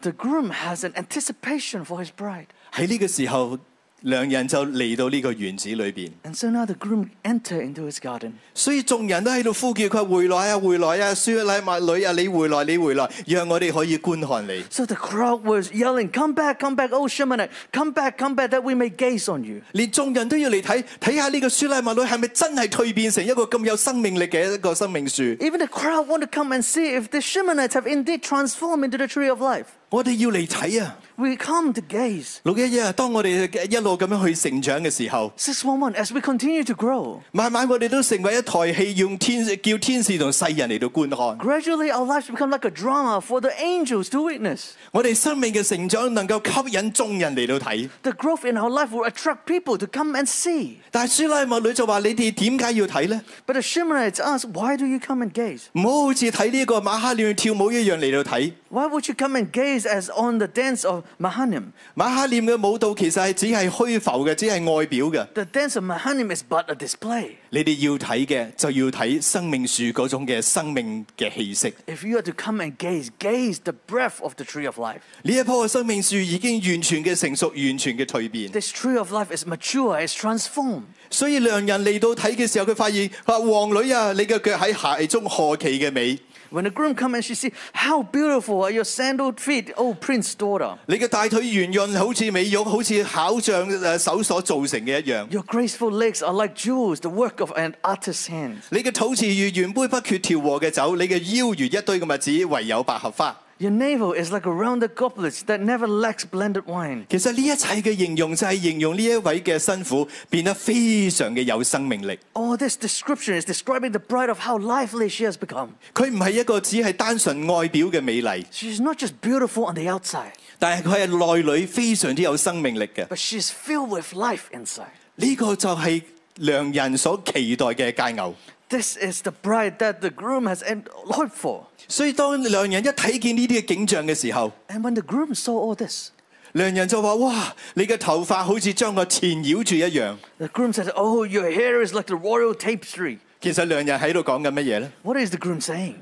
Speaker 7: the groom has an anticipation for his bride.
Speaker 6: 喺呢個時候，良人就嚟到呢個園子裏邊。
Speaker 7: And so now the groom enter into his garden.
Speaker 6: 所以眾人都喺度呼叫佢話回來啊，回來啊，書拉密女啊，你回來，你回來，讓我哋可以觀看你。
Speaker 7: So the crowd was yelling, Come back, come back, oh Shemonite, come back, come back, that we may gaze on you.
Speaker 6: 連眾人都要嚟睇，睇下呢個書拉密女係咪真係蜕變成一個咁有生命力嘅一個生命樹？
Speaker 7: Even the crowd want to come and see if the Shemonites have indeed transformed into the tree of life.
Speaker 6: 我哋要嚟睇啊！
Speaker 7: We come to gaze.
Speaker 6: 六一一啊，當我哋一路咁樣去成長嘅時候，
Speaker 7: 611, as we continue to grow,
Speaker 6: 慢慢我哋都成為一台戲，用天叫天使同世人嚟到觀看。
Speaker 7: gradually our lives become like a drama for the angels to witness.
Speaker 6: 我哋生命嘅成長能夠吸引眾人嚟到睇。
Speaker 7: The growth in our life will attract people to come and see.
Speaker 6: 但係書拉密女就話：你哋點解要睇呢？
Speaker 7: But the Shemonites asked, Why do you come and gaze?
Speaker 6: 唔好好似睇呢個馬哈鳥跳舞一樣嚟到睇。
Speaker 7: Why would you come and gaze as on the dance of Mahanim?
Speaker 6: 馬哈念嘅舞蹈其實係只係虛浮嘅，只係外表嘅。
Speaker 7: The dance of Mahanim is but a display.
Speaker 6: 你哋要睇嘅就要睇生命樹嗰種嘅生命嘅氣息。
Speaker 7: If you are to come and gaze, gaze the breath of the tree of life.
Speaker 6: 呢一棵嘅生命樹已經完全嘅成熟，完全嘅蜕變。
Speaker 7: This tree of life is mature, it's transformed.
Speaker 6: 所以良人嚟到睇嘅時候，佢發現話：王女啊，你嘅腳喺鞋中何其嘅美，
Speaker 7: When the groom comes and she sees, How beautiful are your sandaled feet, O prince daughter!
Speaker 6: 你嘅大腿圓潤，好似美玉，好似巧匠誒手所造成嘅一樣。
Speaker 7: Your graceful legs are like jewels, the work of an artist's hand.
Speaker 6: 你嘅肚臍如原杯不缺調和嘅酒，你嘅腰如一堆嘅麥子，唯有百合花。
Speaker 7: Your navel is like a rounded goblet that never lacks blended wine.
Speaker 6: 其實呢一切嘅形容就係形容呢一位嘅辛苦變得非常嘅有生命力。
Speaker 7: All this description is describing the bride of how lively she has become.
Speaker 6: 佢唔係一個只係單純外表嘅美麗，
Speaker 7: She's not just beautiful on the outside,
Speaker 6: 但係佢係內裏非常之有生命力嘅。
Speaker 7: but she's filled with life inside.
Speaker 6: 呢、個就係良人所期待嘅佳偶。
Speaker 7: This is the bride that the groom has en- hoped for.
Speaker 6: 所以當良人一睇見呢啲嘅景象嘅時候，
Speaker 7: And when the groom saw all this,
Speaker 6: 良人就話：哇！你嘅頭髮好似將我纏繞住一樣。
Speaker 7: the groom said, Oh, your hair is like the royal tapestry.
Speaker 6: 其實良人喺度講緊乜嘢呢？
Speaker 7: What is the groom saying?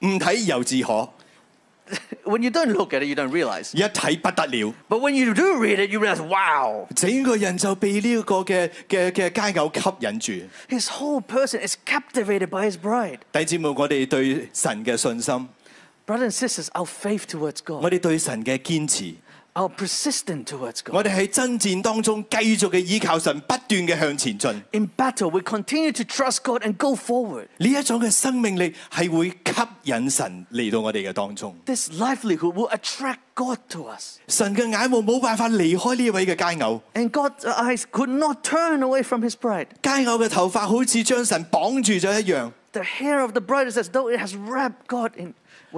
Speaker 6: 唔睇猶自可，
Speaker 7: When you don't look at it, you don't realize.
Speaker 6: 一睇不得了，
Speaker 7: But when you do read it, you realize, wow,
Speaker 6: 整個人就被呢個嘅嘅嘅佳偶吸引住。
Speaker 7: his whole person is captivated by his bride.
Speaker 6: 弟兄姊妹，我哋對神嘅信心，
Speaker 7: Brothers and sisters, our faith towards God.
Speaker 6: 我哋對神嘅堅持，
Speaker 7: are persistent towards
Speaker 6: 我
Speaker 7: God.
Speaker 6: 哋喺爭戰當中繼續嘅依靠神，不斷嘅向前進。呢
Speaker 7: In battle, we continue to trust God and go forward.
Speaker 6: 一種嘅生命力係會吸引神嚟到我哋嘅當中。
Speaker 7: This livelihood will attract God to us.
Speaker 6: 神嘅眼目冇辦法離開呢位嘅佳偶，
Speaker 7: And God's eyes could not turn away from his bride.
Speaker 6: 佳偶嘅頭髮好似將神綁住咗一樣。
Speaker 7: The hair of the bride is as though it has wrapped God in.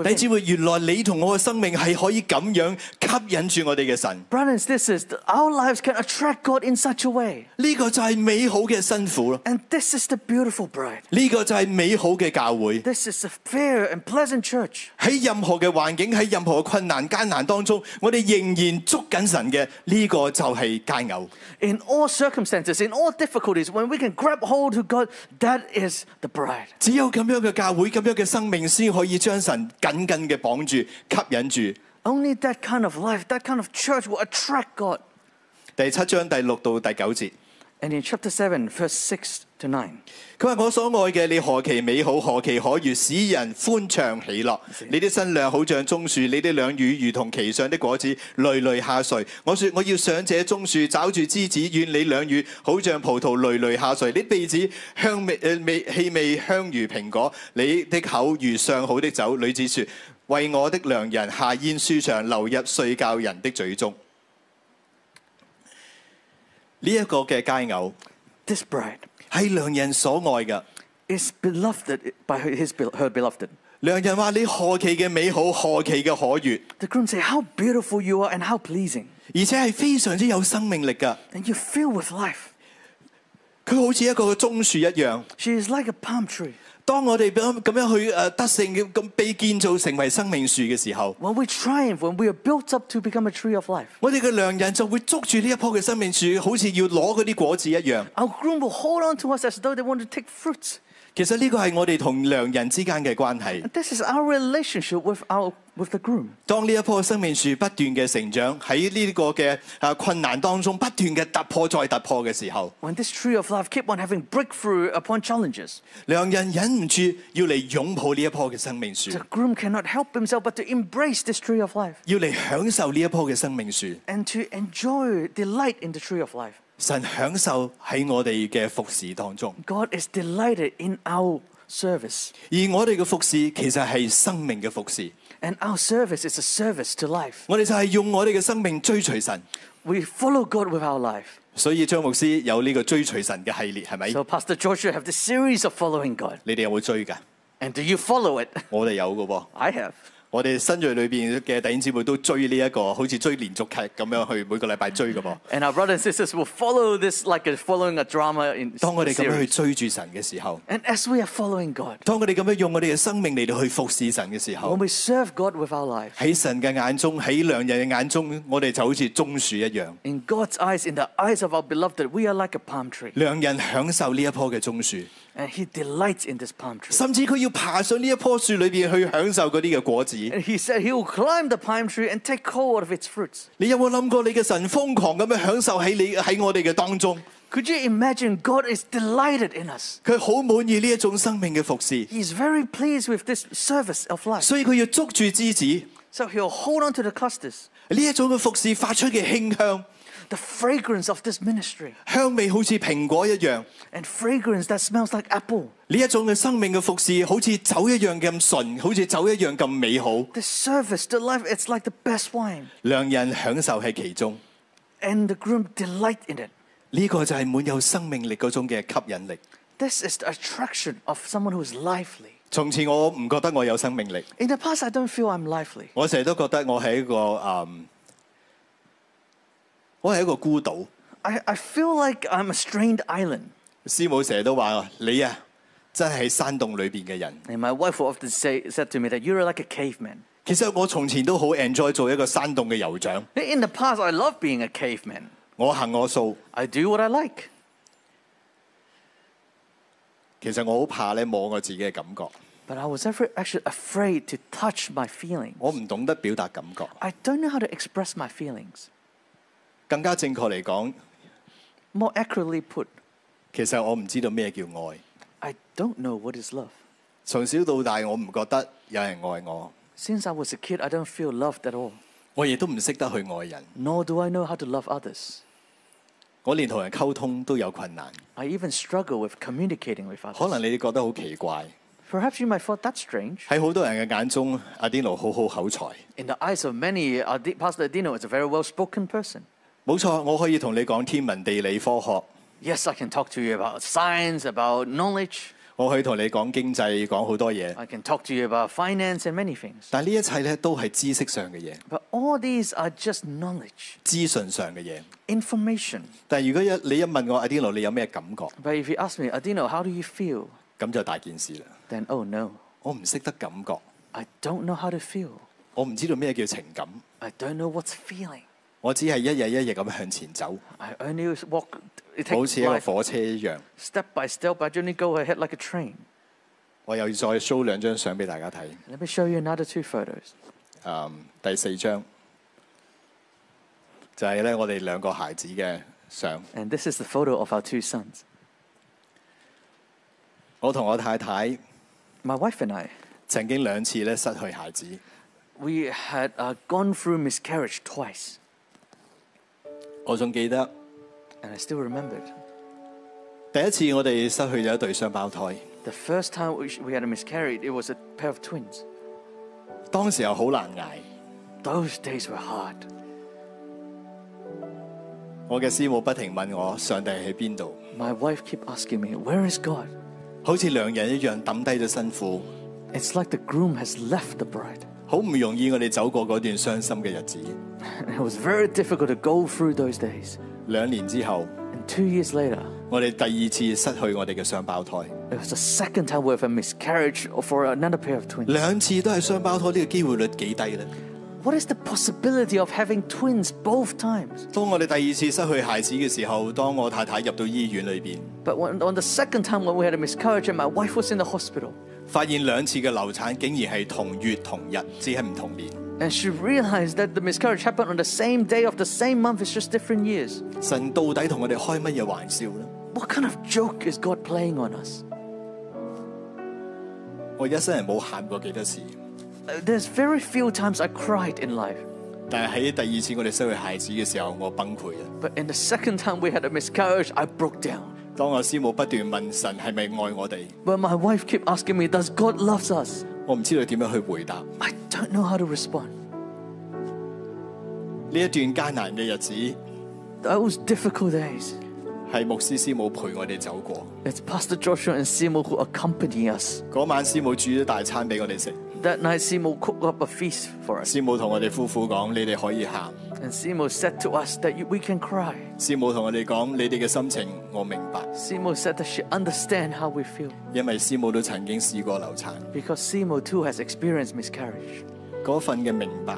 Speaker 6: 你知
Speaker 7: Within.
Speaker 6: 會原來你同我嘅生命係可以咁樣吸引住我哋嘅神，
Speaker 7: Brothers and sisters, th- our lives can attract God in such a way.
Speaker 6: 呢、個就係美好嘅辛苦咯，
Speaker 7: And this is the beautiful bride.
Speaker 6: 呢、個就係美好嘅教會。
Speaker 7: This is a fair and pleasant church.
Speaker 6: 喺任何嘅環境，喺任何嘅困難艱難當中，我哋仍然捉緊神嘅呢、個就係佳偶。
Speaker 7: In all circumstances, in all difficulties, when we can grab hold to God, that is the bride.
Speaker 6: 只有咁樣嘅教會，咁樣嘅生命，先可以將神緊緊嘅綁住、吸引住。
Speaker 7: Only that kind of life, that kind of church will attract God.
Speaker 6: 第七章第六到第九節，
Speaker 7: And in chapter 7, verse 6 to 9,
Speaker 6: 佢話：我所愛嘅，你何其美好，何其可悅，使人歡暢喜樂。你的身量好像棕樹，你的兩乳如同其上的果子，累累下垂。我說我要上這棕樹，找住枝子，願你兩乳好像葡萄累累下垂。你鼻子香味誒味氣味香如蘋果，你的口如上好的酒。女子說：為我的良人下咽舒暢，流入睡覺人的嘴中。呢、一個嘅佳偶
Speaker 7: this bride
Speaker 6: 係良人所愛嘅。
Speaker 7: is beloved by her, his, bel- her beloved.
Speaker 6: 良人話：你何其嘅美好，何其嘅可悦，
Speaker 7: The groom say, How beautiful you are and how pleasing.
Speaker 6: 而且係非常之有生命力噶。
Speaker 7: And you fill with life.
Speaker 6: 佢好似一個棕樹一樣。
Speaker 7: She is like a palm tree.
Speaker 6: 當我哋咁咁樣去呃诶得勝，咁被建造成為生命樹嘅時候，
Speaker 7: When we triumph, when we are built up to become a tree of life,
Speaker 6: 我哋嘅良人就會捉住呢一棵嘅生命樹，好似要攞嗰啲果子一樣。
Speaker 7: our groom will hold on to us as though they want to take fruits.
Speaker 6: 其實呢個係我哋同良人之間嘅關係。
Speaker 7: And this is our relationship with, our, with the groom.
Speaker 6: 當呢一棵生命樹不斷嘅成長，喺呢個嘅诶困難當中不斷嘅突破再突破嘅時候，
Speaker 7: When this tree of life keep on having breakthrough upon challenges,
Speaker 6: 良人忍唔住要嚟擁抱呢一棵嘅生命樹
Speaker 7: the，groom cannot help himself but to embrace this tree of life
Speaker 6: 要嚟享受呢一棵嘅生命樹。
Speaker 7: and to enjoy delight in the tree of life.
Speaker 6: 神享受喺我哋嘅服侍當中，
Speaker 7: God is delighted in our service,
Speaker 6: 而我哋嘅服侍其實係生命嘅服侍。
Speaker 7: and our service is a service to life.
Speaker 6: 我哋就係用我哋嘅生命追隨神，
Speaker 7: We follow God with our life.
Speaker 6: 所以張牧師有呢個追隨神嘅系列，係咪？
Speaker 7: So Pastor Joshua have this series of following God.
Speaker 6: 你哋有冇追㗎？
Speaker 7: And do you follow it?
Speaker 6: 我哋有嘅喎，
Speaker 7: I have.
Speaker 6: 我哋新锐裏边嘅弟兄姊妹都追呢、一個，好似追連續劇咁樣去每個禮拜追嘅噃。
Speaker 7: And our brothers and sisters will follow this like a, following a drama in
Speaker 6: 當我哋咁樣去
Speaker 7: series.
Speaker 6: 追住神嘅時候，
Speaker 7: And as we are following God,
Speaker 6: 當我哋咁樣用我哋嘅生命嚟到去服侍神嘅時
Speaker 7: when
Speaker 6: 候，
Speaker 7: we serve God with our life,
Speaker 6: 喺神嘅眼中，喺良人嘅眼中，我哋就好似棕樹一樣。
Speaker 7: in God's eyes, in the eyes of our beloved, we are like a palm tree.
Speaker 6: 良人享受呢一棵嘅棕樹。
Speaker 7: And He delights in this palm tree.
Speaker 6: 甚至佢要爬上呢一棵樹裏邊去享受嗰啲嘅果子。
Speaker 7: And He said He will climb the palm tree and take hold of its fruits.
Speaker 6: 你有冇諗過你嘅神瘋狂咁樣享受喺你喺我哋嘅當中？
Speaker 7: Could you imagine? God is delighted in us.
Speaker 6: 佢好滿意呢一種生命嘅服侍，
Speaker 7: He is very pleased with this service of life.
Speaker 6: 所以佢要捉住枝子呢
Speaker 7: So He'll hold on to the clusters,
Speaker 6: 一種嘅服侍發出嘅馨香，
Speaker 7: the fragrance of this ministry,
Speaker 6: 香味好似蘋果一樣。
Speaker 7: and fragrance that smells like apple.
Speaker 6: 呢一種嘅生命嘅服侍好似酒一樣咁純，好似酒一樣咁美好。
Speaker 7: The service, the life, it's like the best wine.
Speaker 6: 良人享受喺其中，
Speaker 7: And the groom delight in it.
Speaker 6: 呢、個就係滿有生命力嗰種嘅吸引力。
Speaker 7: This is the attraction of someone who is lively.
Speaker 6: 從前我唔覺得我有生命力，
Speaker 7: In the past, I don't feel I'm lively.
Speaker 6: 我成日都覺得我係一個嗯，我係一個孤島。
Speaker 7: I, I feel like I'm a strained island.
Speaker 6: 師母成日都話：你啊，真係喺山洞裏邊嘅人。
Speaker 7: And my wife will often say, said to me that you're like a caveman.
Speaker 6: 其實我從前都好 enjoy 做一個山洞嘅酋長，
Speaker 7: In the past, I love being a caveman.
Speaker 6: 我行我素。
Speaker 7: I do what I like.
Speaker 6: 其實我好怕咧摸我自己嘅感覺，
Speaker 7: But I was ever actually afraid to touch my feelings.
Speaker 6: 我唔懂得表達感覺。
Speaker 7: I don't know how to express my feelings.
Speaker 6: 更加正確嚟講，
Speaker 7: More accurately put,
Speaker 6: 其實我唔知道咩叫愛。
Speaker 7: I don't know what is love.
Speaker 6: 從小到大，我唔覺得有人愛我，
Speaker 7: Since I was a kid, I don't feel loved at all.
Speaker 6: 我亦都唔識得去愛人，
Speaker 7: nor do I know how to love others.
Speaker 6: 我連同人溝通都有困難。
Speaker 7: I even struggle with communicating with
Speaker 6: 可能
Speaker 7: others.
Speaker 6: 你哋覺得好奇怪，
Speaker 7: Perhaps you might thought that's strange.
Speaker 6: 喺好多人嘅眼中，阿 Dino 好好口才。
Speaker 7: In uh, the eyes of many, Adi- Pastor Adino is a very well-spoken person.
Speaker 6: 冇錯，我可以同你講天文、地理、科學，
Speaker 7: Yes, I can talk to you about science, about knowledge.
Speaker 6: 我可以同你講經濟，講好多嘢。
Speaker 7: I can talk to you about finance and many things.
Speaker 6: 但呢一切咧都係知識上嘅嘢，
Speaker 7: But all these are just knowledge,
Speaker 6: 資訊上嘅嘢。
Speaker 7: information.
Speaker 6: 但係如果一你一問我阿 Dino 你有咩感覺，
Speaker 7: But if you ask me, Adino, how do you feel?
Speaker 6: 咁就大件事啦。
Speaker 7: Then, oh no,
Speaker 6: 我唔識得感覺，
Speaker 7: I don't know how to feel.
Speaker 6: 我唔知道咩叫情感，
Speaker 7: I don't know what's feeling.
Speaker 6: 我只係一日一日咁向前走，
Speaker 7: I only walk, it
Speaker 6: 好
Speaker 7: takes
Speaker 6: 似一個
Speaker 7: life,
Speaker 6: 火車一樣。
Speaker 7: step by step, I only go ahead like a train.
Speaker 6: 我又再 show 兩張相俾大家睇。
Speaker 7: Let me show you another two photos.
Speaker 6: 嗯，第四張就係咧我哋兩個孩子嘅相。
Speaker 7: And this is the photo of our two sons.
Speaker 6: 我同我太太
Speaker 7: My wife and I,
Speaker 6: 曾經兩次咧失去孩子。
Speaker 7: we had uh, gone through miscarriage twice.
Speaker 6: 我仲記得
Speaker 7: And I still remembered
Speaker 6: 第一次我哋失去咗一對雙胞胎，
Speaker 7: the first time we- we had a miscarriage, it was a pair of twins.
Speaker 6: 當時候好難捱。
Speaker 7: Those days were hard.
Speaker 6: 我嘅師母不停問我上帝喺邊度，
Speaker 7: My wife kept asking me, Where is God?
Speaker 6: 好似良人一樣抌低咗辛苦。
Speaker 7: It's like the groom has left the bride.
Speaker 6: 好唔容易我哋走過嗰段傷心嘅日子。
Speaker 7: And it was very difficult to go through those days.
Speaker 6: 兩年之後，
Speaker 7: And two years later,
Speaker 6: 我哋第二次失去我哋嘅雙胞胎，
Speaker 7: it was the second time we had a miscarriage for another pair of twins.
Speaker 6: 兩次都係雙胞胎，呢個機會率幾低呢？
Speaker 7: What is the possibility of having twins both times?
Speaker 6: 當我哋第二次失去孩子嘅時候，當我太太入到醫院裏邊，
Speaker 7: But when, on the second time when we had a miscarriage and my wife was in the hospital,
Speaker 6: 發現兩次嘅流產竟然係同月同日，只係唔同年。
Speaker 7: and she realized that the miscarriage happened on the same day of the same month, it's just different years.
Speaker 6: 神到底同我哋開乜嘢玩笑呢？
Speaker 7: What kind of joke is God playing on us?
Speaker 6: 我一生人冇喊過幾多次，
Speaker 7: Uh, There's very few times I cried in life.
Speaker 6: 但係喺第二次我哋失去孩子嘅時候，我崩潰啦。
Speaker 7: But in the second time we had a miscarriage, I broke down.
Speaker 6: 當我師母不斷問神係咪愛我哋，
Speaker 7: But my wife kept asking me, Does God loves us?
Speaker 6: 我唔知道點樣去回答。呢
Speaker 7: I don't know how to respond.
Speaker 6: 一段艱難嘅日子
Speaker 7: Those difficult days.
Speaker 6: 係牧師師母陪我哋走過。
Speaker 7: It's Pastor Joshua and Simo who accompany us.
Speaker 6: 嗰晚師母煮咗大餐俾我哋食，
Speaker 7: That night, Simo cooked up a feast for us.
Speaker 6: 師母同我哋夫婦講：你哋可以喊。
Speaker 7: And Simo said to us that you- we can cry.
Speaker 6: 師母同我哋講：你哋嘅心情我明白，
Speaker 7: Simo said that she understand how we feel
Speaker 6: 因為師母都曾經試過流產。
Speaker 7: because Simo too has experienced miscarriage.
Speaker 6: 嗰份嘅明白，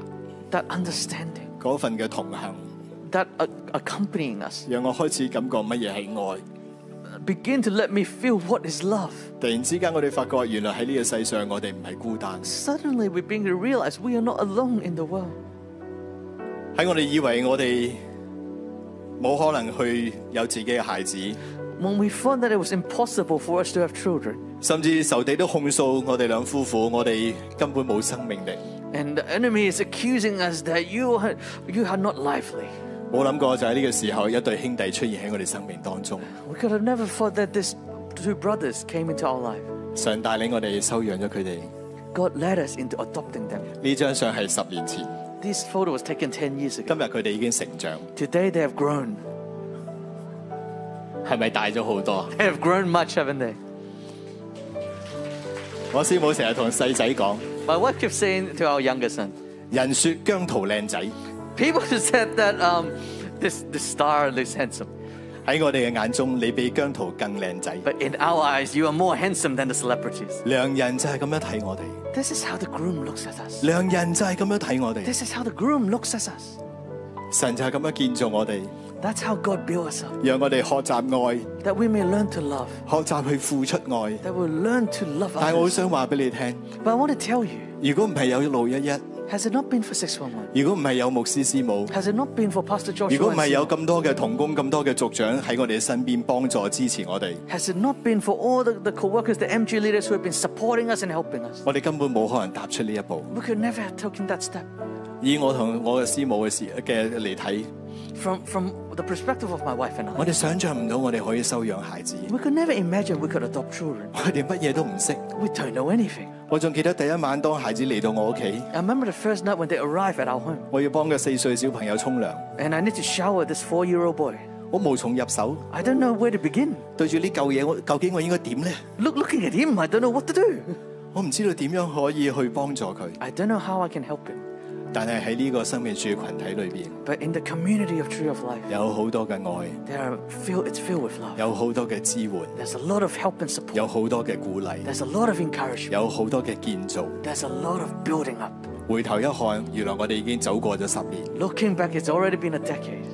Speaker 7: That understanding,
Speaker 6: 嗰份嘅同行，
Speaker 7: that a- accompanying us,
Speaker 6: 讓我開始感覺乜嘢係愛。
Speaker 7: begin to let me feel what is love.
Speaker 6: 突然之間，我哋發覺原來喺呢個世上，我哋唔係孤單。
Speaker 7: Suddenly, we begin to realize we are not alone in the world.
Speaker 6: 喺我哋以為我哋冇可能去有自己嘅孩子，
Speaker 7: When we found that it was impossible for us to have children,
Speaker 6: 甚至仇敵都控訴我哋兩夫婦，我哋根本冇生命力，
Speaker 7: and the enemy is accusing us that you are, you are not lively.
Speaker 6: 冇諗過就喺呢個時候，一對兄弟出現喺我哋生命當中。
Speaker 7: We could have never thought that these two brothers came into our life.
Speaker 6: 神帶領我哋收養咗佢哋。
Speaker 7: God led us into adopting them.
Speaker 6: 呢張相係十年前，
Speaker 7: This photo was taken 10 years
Speaker 6: 今
Speaker 7: ago.
Speaker 6: 日佢哋已經成長，
Speaker 7: Today they have grown.
Speaker 6: 係咪大咗好多？
Speaker 7: They have grown much, haven't they?
Speaker 6: 我師母成日同細仔講：
Speaker 7: My wife keeps saying to our younger son,
Speaker 6: 人說姜濤靚仔，
Speaker 7: people just said that um, this, this star looks handsome.
Speaker 6: 喺我哋嘅眼中，你比姜濤更靚仔。
Speaker 7: But in our eyes, you are more handsome than the celebrities.
Speaker 6: 良人就係咁樣睇我哋，
Speaker 7: This is how the groom looks at us.
Speaker 6: 良人就係咁樣睇我哋。
Speaker 7: This is how the groom looks at us.
Speaker 6: 神就係咁樣建造我哋，
Speaker 7: That's how God built us up,
Speaker 6: 讓我哋學習愛，
Speaker 7: that we may learn to love,
Speaker 6: 學習去付出愛。
Speaker 7: that we learn to love
Speaker 6: 但係我好
Speaker 7: others.
Speaker 6: 想話俾你聽，
Speaker 7: But I want to tell you,
Speaker 6: 如果唔係有路一一，
Speaker 7: has it not been for 611?
Speaker 6: 如果唔係有牧師師母，
Speaker 7: Has it not been for Pastor
Speaker 6: 如
Speaker 7: Joshua?
Speaker 6: 果唔
Speaker 7: and
Speaker 6: 係有
Speaker 7: Simo?
Speaker 6: 咁多嘅童工、咁多嘅族長喺我哋身邊幫助支持我哋，
Speaker 7: Has it not been for all the, the co-workers, the MG leaders who have been supporting us and helping us?
Speaker 6: 我哋根本冇可能踏出呢一步。
Speaker 7: We could never have taken that step.
Speaker 6: 以我同我嘅師母嘅事嘅嚟睇，
Speaker 7: From, from the perspective of my wife and
Speaker 6: 我
Speaker 7: I,
Speaker 6: 哋想象唔到我哋可以收養孩子，
Speaker 7: we could never imagine we could adopt children.
Speaker 6: 我哋乜嘢都唔識。
Speaker 7: We don't know anything.
Speaker 6: 我仲記得第一晚當孩子嚟到我屋企，
Speaker 7: I remember the first night when they arrived at our home,
Speaker 6: 我要幫個四歲小朋友沖涼，
Speaker 7: and I need to shower this four year old boy.
Speaker 6: 我無從入手，
Speaker 7: I don't know where to begin.
Speaker 6: 對住呢嚿嘢，我究竟我應該點呢？
Speaker 7: Look, looking at him, I don't know what to do.
Speaker 6: 我唔知道點樣可以去幫助佢，
Speaker 7: I don't know how I can help him.
Speaker 6: 但係喺呢個生命樹群體裏邊，
Speaker 7: But in the community of Tree of Life,
Speaker 6: 有好多嘅愛，
Speaker 7: there are filled, it's filled with love.
Speaker 6: 有好多嘅支援，
Speaker 7: There's a lot of help and support.
Speaker 6: 有好多嘅鼓勵，
Speaker 7: There's a lot of encouragement.
Speaker 6: 有好多嘅建造。
Speaker 7: There's a lot of building up.
Speaker 6: 回頭一看，原來我哋已經走過咗十年。
Speaker 7: Looking back, it's already been a decade.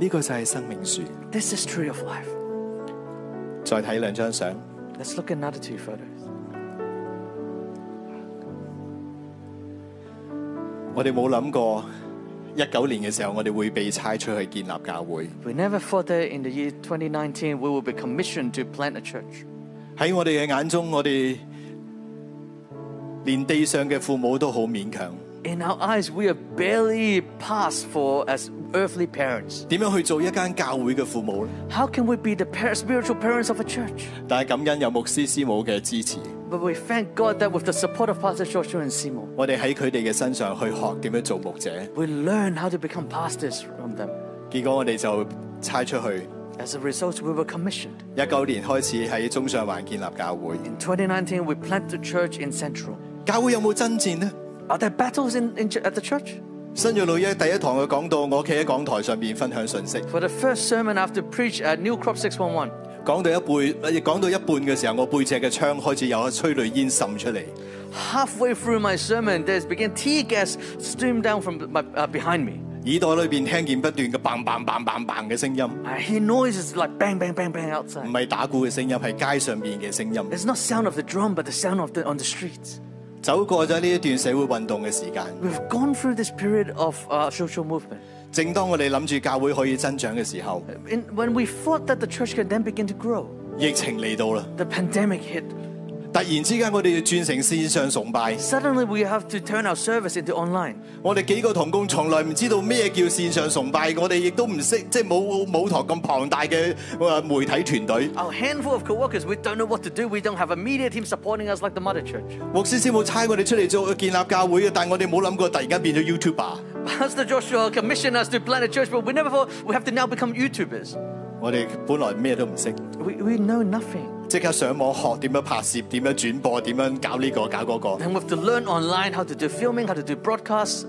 Speaker 6: 呢個就係生命樹。
Speaker 7: This is Tree of Life.
Speaker 6: 再睇兩張相，
Speaker 7: Let's look at another two photos.
Speaker 6: 我哋冇諗過一九年嘅時候，我哋會被差出去建立教會。
Speaker 7: We never thought that in the year 2019 we will be commissioned to plant a church.
Speaker 6: 喺我哋嘅眼中，我哋連地上嘅父母都好勉強。
Speaker 7: In our eyes, we are barely passed for as earthly parents.
Speaker 6: 點樣去做一間教會嘅父母呢？
Speaker 7: How can we be the par- spiritual parents of a church?
Speaker 6: 但係感恩有牧師師母嘅支持，
Speaker 7: But we thank God that with the support of Pastor Joshua and Seymour,
Speaker 6: 我哋喺佢哋嘅身上去學點樣做牧者。
Speaker 7: we learn how to become pastors from them.
Speaker 6: 結果我哋就差出去。
Speaker 7: As a result, we were commissioned.
Speaker 6: 一九年開始喺中上環建立教會。
Speaker 7: In 2019, we planted a church in Central.
Speaker 6: 教會有冇爭戰呢？
Speaker 7: Are there battles in, in, ch- at the church?
Speaker 6: 新約老一第一堂佢講到，我企喺講台上面分享信息。
Speaker 7: For the first sermon after preach at New Crop 611,
Speaker 6: 講到一背，講到一半嘅時候，我背脊嘅窗開始有催淚煙滲出嚟。
Speaker 7: halfway through my sermon, there's began tear gas stream down from my, uh, behind me.
Speaker 6: 耳朵裏邊聽見不斷嘅 bang bang bang bang bang 嘅聲音，唔
Speaker 7: I hear Uh, noises like bang, bang, bang, bang outside.
Speaker 6: 係打鼓嘅聲音，係街上面嘅聲音。
Speaker 7: It's not sound of the drum, but the sound of the on the streets.
Speaker 6: 走過咗呢一段社會運動嘅時間，
Speaker 7: We've gone through this period of uh, social movement.
Speaker 6: 正當我哋諗住教會可以增長嘅時候，
Speaker 7: In, when we thought that the church could then begin to grow,
Speaker 6: 疫情嚟到啦。
Speaker 7: the pandemic hit.
Speaker 6: 突然之間，我哋要轉成線上崇拜。
Speaker 7: Suddenly, we have to turn our service into online.
Speaker 6: 我哋幾個同工從來唔知道咩叫線上崇拜，我哋亦都唔識，即係冇冇堂咁龐大嘅呃媒體團隊。
Speaker 7: Our handful of co-workers, we don't know what to do. We don't have a media team supporting us like the mother church.
Speaker 6: 牧師師母差我哋出嚟做建立教會嘅，但我哋冇諗過突然間變咗 YouTuber。
Speaker 7: Pastor Joshua commissioned us to plant a church, but we never thought we have to now become YouTubers.
Speaker 6: 我哋本來咩都唔識，
Speaker 7: We, we know nothing.
Speaker 6: 即刻上網學點樣拍攝、點樣轉播、點樣搞呢、個搞嗰、個。
Speaker 7: Then we have to learn online how to do filming, how to do broadcasts.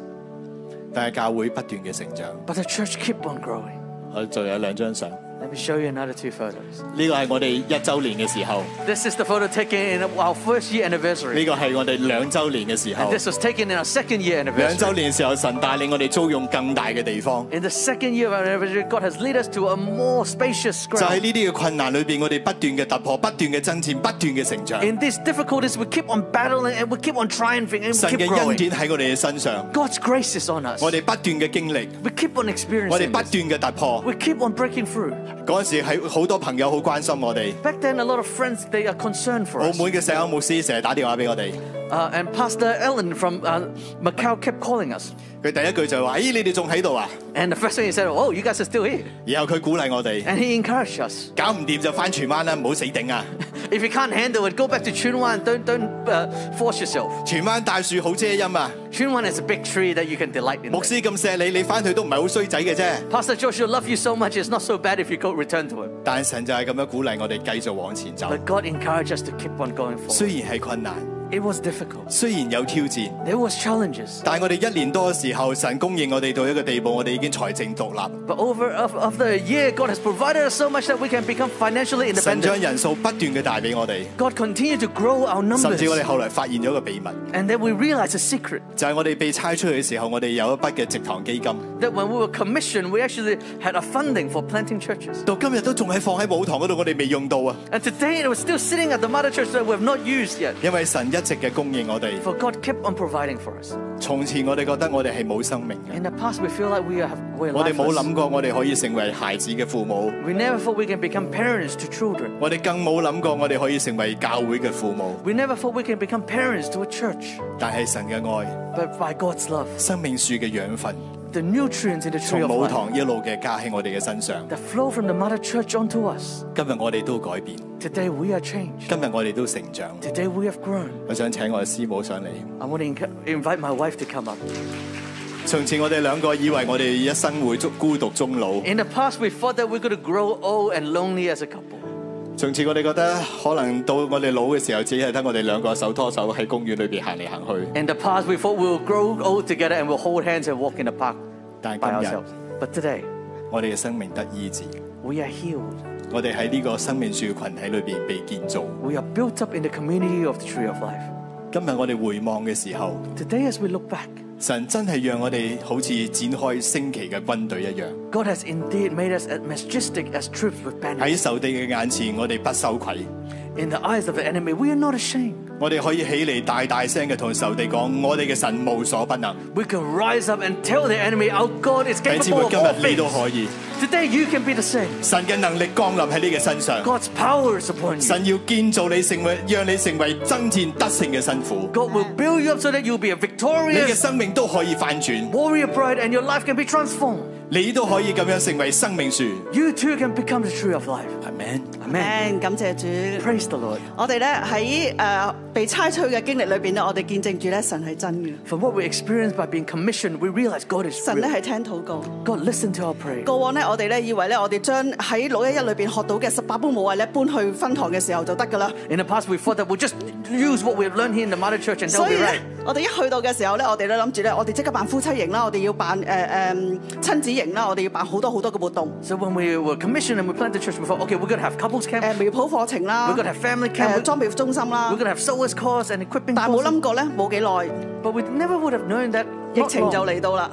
Speaker 6: 但係教會不斷嘅成長。
Speaker 7: But the church keep on growing.
Speaker 6: 我仲有兩張相，呢、
Speaker 7: Let me show you another two photos.
Speaker 6: 個係我哋一週年嘅時候，呢、
Speaker 7: This is the photo taken in our first year anniversary.
Speaker 6: 個係我哋兩週年嘅時候
Speaker 7: And。this was taken in our second year
Speaker 6: 兩
Speaker 7: anniversary.
Speaker 6: 週年嘅時候，神帶領我哋租用更大嘅地方。
Speaker 7: In the second year of our anniversary, God has led us to a more spacious
Speaker 6: 就喺
Speaker 7: ground.
Speaker 6: 呢啲嘅困難裏邊，我哋不斷嘅突破、不斷嘅爭戰、不斷嘅成長。
Speaker 7: In these difficulties, we keep on battling and we keep on triumphing and
Speaker 6: 神
Speaker 7: we keep
Speaker 6: 嘅恩
Speaker 7: growing.
Speaker 6: 典喺我哋嘅身上，
Speaker 7: God's grace is on us.
Speaker 6: 我哋不斷嘅經歷，
Speaker 7: We keep on
Speaker 6: 我哋
Speaker 7: experiencing.
Speaker 6: 不斷
Speaker 7: this.
Speaker 6: 嘅突破。
Speaker 7: We keep on breaking through.
Speaker 6: 嗰陣時係好多朋友好關心我哋。
Speaker 7: Back then, a lot of friends they are concerned for
Speaker 6: 澳
Speaker 7: us.
Speaker 6: 門嘅社交牧師成日打電話俾我哋，
Speaker 7: Uh, and Pastor Ellen from uh, Macau kept calling us.
Speaker 6: 佢第一句就係話：咦，你哋仲喺度啊？
Speaker 7: And the first thing he said, "Oh, you guys are still here."
Speaker 6: 然後佢鼓勵我哋，
Speaker 7: And he encouraged us.
Speaker 6: 搞唔掂就翻荃灣啦，唔好死頂啊！
Speaker 7: If you can't handle it, go back to Chun Wan. Don't don't uh, force yourself.
Speaker 6: 荃灣大樹好遮陰啊！
Speaker 7: Chun Wan is a big tree that you can delight in.
Speaker 6: 牧
Speaker 7: there.
Speaker 6: 師咁錫你，你翻去都唔係好衰仔嘅啫。
Speaker 7: Pastor Joshua love you so much. It's not so bad if you go return to him.
Speaker 6: 但神就係咁樣鼓勵我哋繼續往前走。
Speaker 7: But God encouraged us to keep on going forward.
Speaker 6: 雖然係困難，
Speaker 7: It was difficult.
Speaker 6: 雖然有挑戰，
Speaker 7: There was challenges.
Speaker 6: 但係我哋一年多嘅時候，神供應我哋到一個地步，我哋已經財政獨立。
Speaker 7: But over of, of the year, God has provided us so much that we can become financially
Speaker 6: 神將
Speaker 7: independent.
Speaker 6: 人數不斷嘅帶俾我哋，
Speaker 7: God continued to grow our
Speaker 6: 甚至我哋
Speaker 7: numbers.
Speaker 6: 後來發現咗個秘密，
Speaker 7: And then we realized a secret
Speaker 6: 就係我哋被差出去嘅時候，我哋有一筆嘅直堂基金，
Speaker 7: that when we were commissioned, we actually had a funding for planting churches.
Speaker 6: 到今日都仲係放喺舞堂嗰度，我哋未用到啊！
Speaker 7: And today it was still sitting at the mother church that we have not used yet.
Speaker 6: 因為神一一直嘅供應我哋。
Speaker 7: For God kept on providing for us.
Speaker 6: 從前我哋覺得我哋係冇生命嘅，
Speaker 7: In the past, we feel like we are we're
Speaker 6: 我哋冇
Speaker 7: lifeless.
Speaker 6: 諗過我哋可以成為孩子嘅父母，
Speaker 7: We never thought we can become parents to children.
Speaker 6: 我哋更冇諗過我哋可以成為教會嘅父母。
Speaker 7: We never thought we can become parents to a church.
Speaker 6: 但係神嘅愛，
Speaker 7: But by God's love,
Speaker 6: 生命樹嘅養分，
Speaker 7: the nutrients in the tree
Speaker 6: 從
Speaker 7: of
Speaker 6: 母
Speaker 7: life
Speaker 6: 堂一路嘅加喺我哋嘅身上。
Speaker 7: that flow from the mother church onto us.
Speaker 6: 今日我哋都改變，今
Speaker 7: Today we are changed.
Speaker 6: 日我哋都成長。
Speaker 7: Today we have grown.
Speaker 6: 我想請我嘅師母上嚟。
Speaker 7: I want to inc- invite my wife to come up.
Speaker 6: 從前我哋兩個以為我哋一生會足孤獨終老，
Speaker 7: In the past, we thought that we're going to grow old and lonely as a couple.
Speaker 6: 從前我哋覺得可能到我哋老嘅時候，只係得我哋兩個手拖手喺公園裏邊行嚟行去。
Speaker 7: In the past, we thought we will grow old together and we'll hold hands and walk in the park
Speaker 6: 但
Speaker 7: by
Speaker 6: 係今日
Speaker 7: ourselves. But today,
Speaker 6: 我哋嘅生命得醫治，
Speaker 7: we are healed.
Speaker 6: 我哋喺呢個生命樹群體裏邊被建造。
Speaker 7: We are built up in the community of the tree of life.
Speaker 6: 今日我哋回望嘅時候，
Speaker 7: Today, as we look back,
Speaker 6: 神真係讓我哋好似展開升旗嘅軍隊一樣，
Speaker 7: God has indeed made us as majestic as troops with banners.
Speaker 6: 喺仇敵嘅眼前，我哋不羞愧，
Speaker 7: In the eyes of the enemy, we are not ashamed.
Speaker 6: 我哋可以起嚟大大聲嘅同仇敵講：我哋嘅神無所不能。
Speaker 7: We can rise up and tell the enemy our God is
Speaker 6: 弟兄姊妹
Speaker 7: capable，of
Speaker 6: 今
Speaker 7: all
Speaker 6: 日你
Speaker 7: things.
Speaker 6: 都可以，
Speaker 7: Today, you can be the same.
Speaker 6: 神嘅能力降臨喺你嘅身上。
Speaker 7: God's power is upon you.
Speaker 6: 神要建造你成為，讓你成為爭戰得勝嘅辛苦。
Speaker 7: God will build you up so that you'll be a
Speaker 6: 你嘅
Speaker 7: victorious
Speaker 6: 生命都可以翻轉，
Speaker 7: warrior bride and your life can be transformed.
Speaker 6: 你都可以咁樣成為生命樹。
Speaker 7: You too can become the tree of life.
Speaker 6: Amen。
Speaker 7: Amen.
Speaker 9: 感謝主。
Speaker 7: Praise the Lord.
Speaker 9: 我哋咧喺誒被差催嘅經歷裏邊咧，我哋見證住咧神係真嘅，
Speaker 7: From what we experienced by being commissioned, we realize God is
Speaker 9: 神咧
Speaker 7: real.
Speaker 9: 係聽禱告。
Speaker 7: God listen to our prayer.
Speaker 9: 過往咧，我哋咧以為咧，我哋將喺六一一裏邊學到嘅十八般武藝咧，搬去分堂嘅時候就得㗎啦。
Speaker 7: In the past, we thought that we'll just use what we've learned here in the mother church and
Speaker 9: 所
Speaker 7: that'll
Speaker 9: 以
Speaker 7: be
Speaker 9: 咧
Speaker 7: right.，
Speaker 9: 我哋一去到嘅時候咧，我哋咧諗住咧，我哋即刻辦夫妻營啦，我哋要辦誒誒、呃親子營啦，我哋要辦好多好多嘅活動，
Speaker 7: So when we were commissioned and we planned the church, we thought, okay, we're going to have couples
Speaker 9: 誒、
Speaker 7: camp,
Speaker 9: 苗圃課程啦，
Speaker 7: We're gonna have family
Speaker 9: 誒
Speaker 7: camp.
Speaker 9: 裝備中心
Speaker 7: we're
Speaker 9: 啦
Speaker 7: going，to have sowers course and equipping
Speaker 9: 但係冇
Speaker 7: course.
Speaker 9: 諗過咧，冇幾耐
Speaker 7: But we never would have known that
Speaker 9: 疫
Speaker 7: not
Speaker 9: 情就
Speaker 7: long
Speaker 9: 嚟到啦，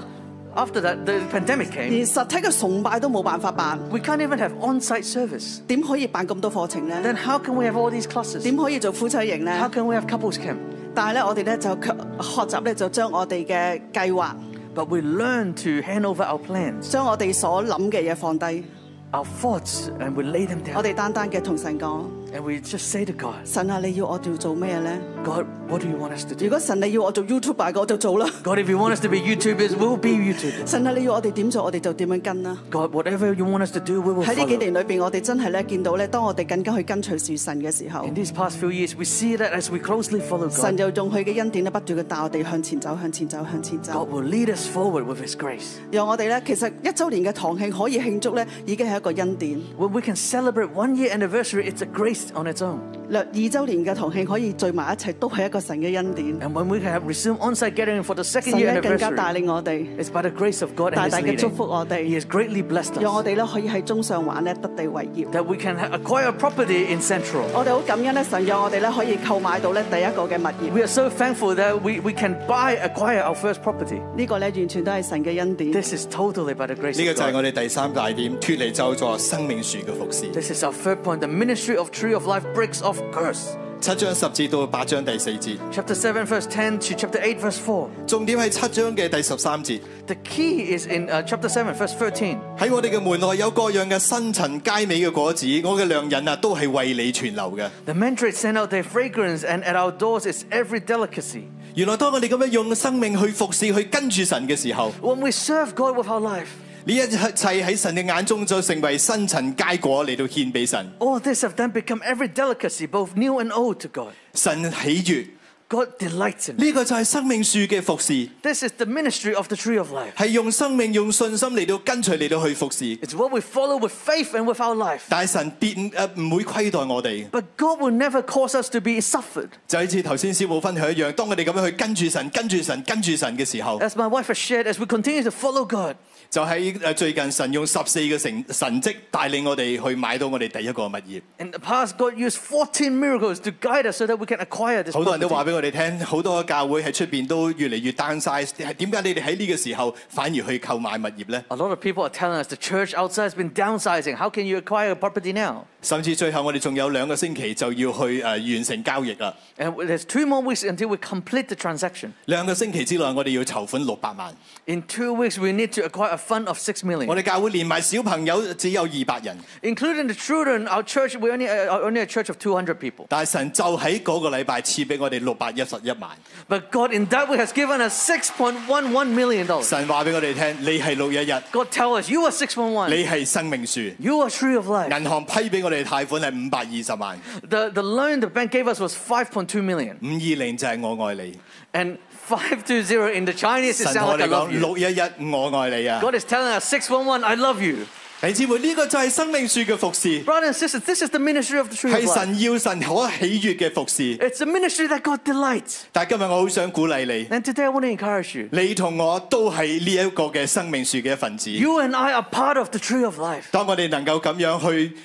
Speaker 7: after that, the pandemic
Speaker 9: 連
Speaker 7: came.
Speaker 9: 實體嘅崇拜都冇辦法辦，
Speaker 7: We can't even have on-site service.
Speaker 9: 點可以辦咁多課程咧
Speaker 7: Then？how can we have all these classes?
Speaker 9: 點可以做夫妻營
Speaker 7: How
Speaker 9: 咧？
Speaker 7: can we have couples camp?
Speaker 9: 但係咧，我哋咧就卻學習咧，就將我哋嘅計劃，
Speaker 7: But we learn to hand over our plans,
Speaker 9: 將我哋所諗嘅嘢放低，
Speaker 7: our thoughts, and we lay them
Speaker 9: 我
Speaker 7: down.
Speaker 9: 哋單單嘅同神講：
Speaker 7: And we just say to God,
Speaker 9: 神啊，你要我哋做咩咧？
Speaker 7: God, what do you want us to
Speaker 9: 如
Speaker 7: do?
Speaker 9: 果神你要我做 YouTuber 嘅，我就做啦。
Speaker 7: God, if you want us to be YouTubers, we'll be YouTubers.
Speaker 9: 神啊，你要我哋點做，我哋就點樣跟啦。
Speaker 7: God, whatever you want us to do, we will
Speaker 9: 喺呢幾
Speaker 7: follow.
Speaker 9: 年裏邊，我哋真係咧見到咧，當我哋更加去跟隨是神嘅時候
Speaker 7: In，these past few years, we see that as we closely follow
Speaker 9: 神
Speaker 7: God,
Speaker 9: 就用佢嘅恩典咧不斷嘅帶我哋向前走，向前走，向前
Speaker 7: God
Speaker 9: 走，
Speaker 7: will lead us forward with His grace.
Speaker 9: 讓我哋咧其實一週年嘅堂慶可以慶祝咧，已經係一個恩典；
Speaker 7: When we can celebrate one year anniversary, it's a grace on its own.
Speaker 9: 兩二週年嘅堂慶可以聚埋一齊，都係一個神嘅恩典。
Speaker 7: And when we can have resume on-site gathering for the
Speaker 9: 神
Speaker 7: second year
Speaker 9: 咧更加
Speaker 7: anniversary,
Speaker 9: 帶領我哋，
Speaker 7: it's by the grace of God and
Speaker 9: 大
Speaker 7: His
Speaker 9: 大嘅祝福
Speaker 7: leading.
Speaker 9: 我
Speaker 7: He
Speaker 9: 哋
Speaker 7: has，greatly blessed
Speaker 9: 讓我
Speaker 7: us
Speaker 9: 哋咧可以喺中上環咧得地為業。
Speaker 7: that we can ha- acquire property in Central.
Speaker 9: 我哋好感恩咧，神讓我哋咧可以購買到咧第一個嘅物業。
Speaker 7: We are so thankful that we, we can buy, acquire our first property.
Speaker 9: 呢個咧完全都係神嘅恩典。
Speaker 7: This is totally by the grace
Speaker 6: 呢個
Speaker 7: of
Speaker 6: 就係
Speaker 7: God.
Speaker 6: 我哋第三大點，脱離咒助生命樹嘅服侍。
Speaker 7: This is our third point. The ministry of tree of life breaks off curse.
Speaker 6: 七章十節到八章第四節，
Speaker 7: Chapter 7, verse 10 to chapter 8, verse 4.
Speaker 6: 重點係七章嘅第十三節。
Speaker 7: The key is in uh, chapter 7, verse 13.
Speaker 6: 喺我哋嘅門內有各樣嘅新陳佳美嘅果子，我嘅良人啊都係為你存留嘅。
Speaker 7: The mandrakes send out their fragrance, and at our doors is every delicacy.
Speaker 6: 原來當我哋咁樣用生命去服侍、去跟住神嘅時候，
Speaker 7: When we serve God with our life,
Speaker 6: 呢一切喺神嘅眼中就成為新陳佳果嚟到獻俾神。
Speaker 7: all this have then become every delicacy, both new and old to God.
Speaker 6: 神喜悦，
Speaker 7: God delights in it.
Speaker 6: 呢、個就係生命樹嘅服侍，
Speaker 7: This is the ministry of the tree of life.
Speaker 6: 係用生命、用信心嚟到跟隨嚟到去服侍。
Speaker 7: It's what we follow with faith and with our life.
Speaker 6: 但係神別誒唔會虧待我哋，
Speaker 7: But God will never cause us to be suffered.
Speaker 6: 就好似頭先師母分享一樣。當我哋咁樣去跟住神、跟住神、跟住神嘅時候，
Speaker 7: As my wife has shared, as we continue to follow God,
Speaker 6: 就喺誒最近神用十四個神神蹟帶領我哋去買到我哋第一個物業。
Speaker 7: in the past, God used 14 miracles to guide us so that we can acquire this
Speaker 6: 好多人都
Speaker 7: property.
Speaker 6: 話俾我哋聽，好多教會喺出邊都越嚟越 down size。點解你哋喺呢個時候反而去購買物業呢？
Speaker 7: A lot of people are telling us the church outside has been downsizing. How can you acquire a property now?
Speaker 6: 甚至最後我哋仲有兩個星期就要去誒、呃完成交易啦。
Speaker 7: And there's two more weeks until we complete the transaction.
Speaker 6: 兩個星期之內，我哋要籌款六百萬。
Speaker 7: In two weeks, we need to acquire a fund of six
Speaker 6: 我
Speaker 7: million.
Speaker 6: 哋教會連埋小朋友只有二百人，
Speaker 7: Including the children, our church, we only, uh, only a church of 200 people.
Speaker 6: 但係神就喺嗰個禮拜賜俾我哋六百一十一萬。
Speaker 7: But God in that way has given us $6.11 million.
Speaker 6: 神話俾我哋聽，你係六一一，
Speaker 7: God tell us, you are 611.
Speaker 6: 你係生命樹。銀
Speaker 7: You are tree of life.
Speaker 6: 行批俾我哋貸款係五百二十萬。
Speaker 7: The, the loan the bank gave us was 5.2 million.
Speaker 6: 五二零就係我愛你。
Speaker 7: And 520 in the Chinese, it
Speaker 6: 神
Speaker 7: sounds
Speaker 6: 同我
Speaker 7: like I
Speaker 6: 哋
Speaker 7: love
Speaker 6: 講
Speaker 7: you.
Speaker 6: 六一一我愛你啊！
Speaker 7: God is telling us 611, I love you.
Speaker 6: 弟兄姊妹，呢個就係生命樹嘅服侍，
Speaker 7: Brothers and sisters, this is the ministry of the tree of
Speaker 6: 係
Speaker 7: life.
Speaker 6: 神要神可喜悦嘅服侍。
Speaker 7: It's a ministry that God delights.
Speaker 6: 但今日我好想鼓勵你，
Speaker 7: And today I want to encourage you.
Speaker 6: 你同我都係呢一個嘅生命樹嘅一份子。
Speaker 7: You and I are part of the tree of life.
Speaker 6: 當我哋能夠咁樣去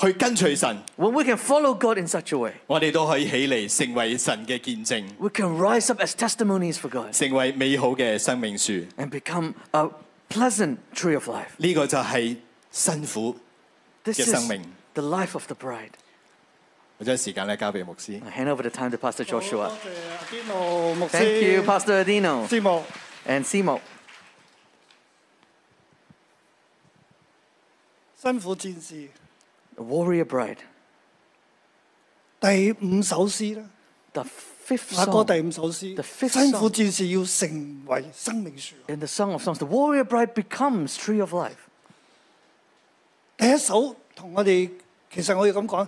Speaker 6: 去跟隨神，
Speaker 7: When we can follow God in such a way,
Speaker 6: 我哋都可以起嚟成為神嘅見證，
Speaker 7: we can rise up as testimonies for God
Speaker 6: 成為美好嘅生命樹。
Speaker 7: and become a pleasant tree of life.
Speaker 6: 呢、個就係辛苦。
Speaker 7: This
Speaker 6: Yes,
Speaker 7: is
Speaker 6: amen.
Speaker 7: the life of the bride.
Speaker 6: 我將時間咧交俾牧師。
Speaker 7: I hand over the time to Pastor Joshua.
Speaker 10: 多謝阿邊路牧師。
Speaker 7: Thank you, Pastor Adino
Speaker 10: 節目。
Speaker 7: and Simo.
Speaker 10: 辛苦戰士
Speaker 7: A warrior bride.
Speaker 10: 第五首詩啦，
Speaker 7: The fifth
Speaker 10: 雅歌第
Speaker 7: song
Speaker 10: 五首詩
Speaker 7: The，fifth
Speaker 10: 辛苦戰士要成為生命樹。
Speaker 7: in the Song of Songs. The warrior bride becomes tree of life.
Speaker 10: 第一首同我哋，其實我要咁講，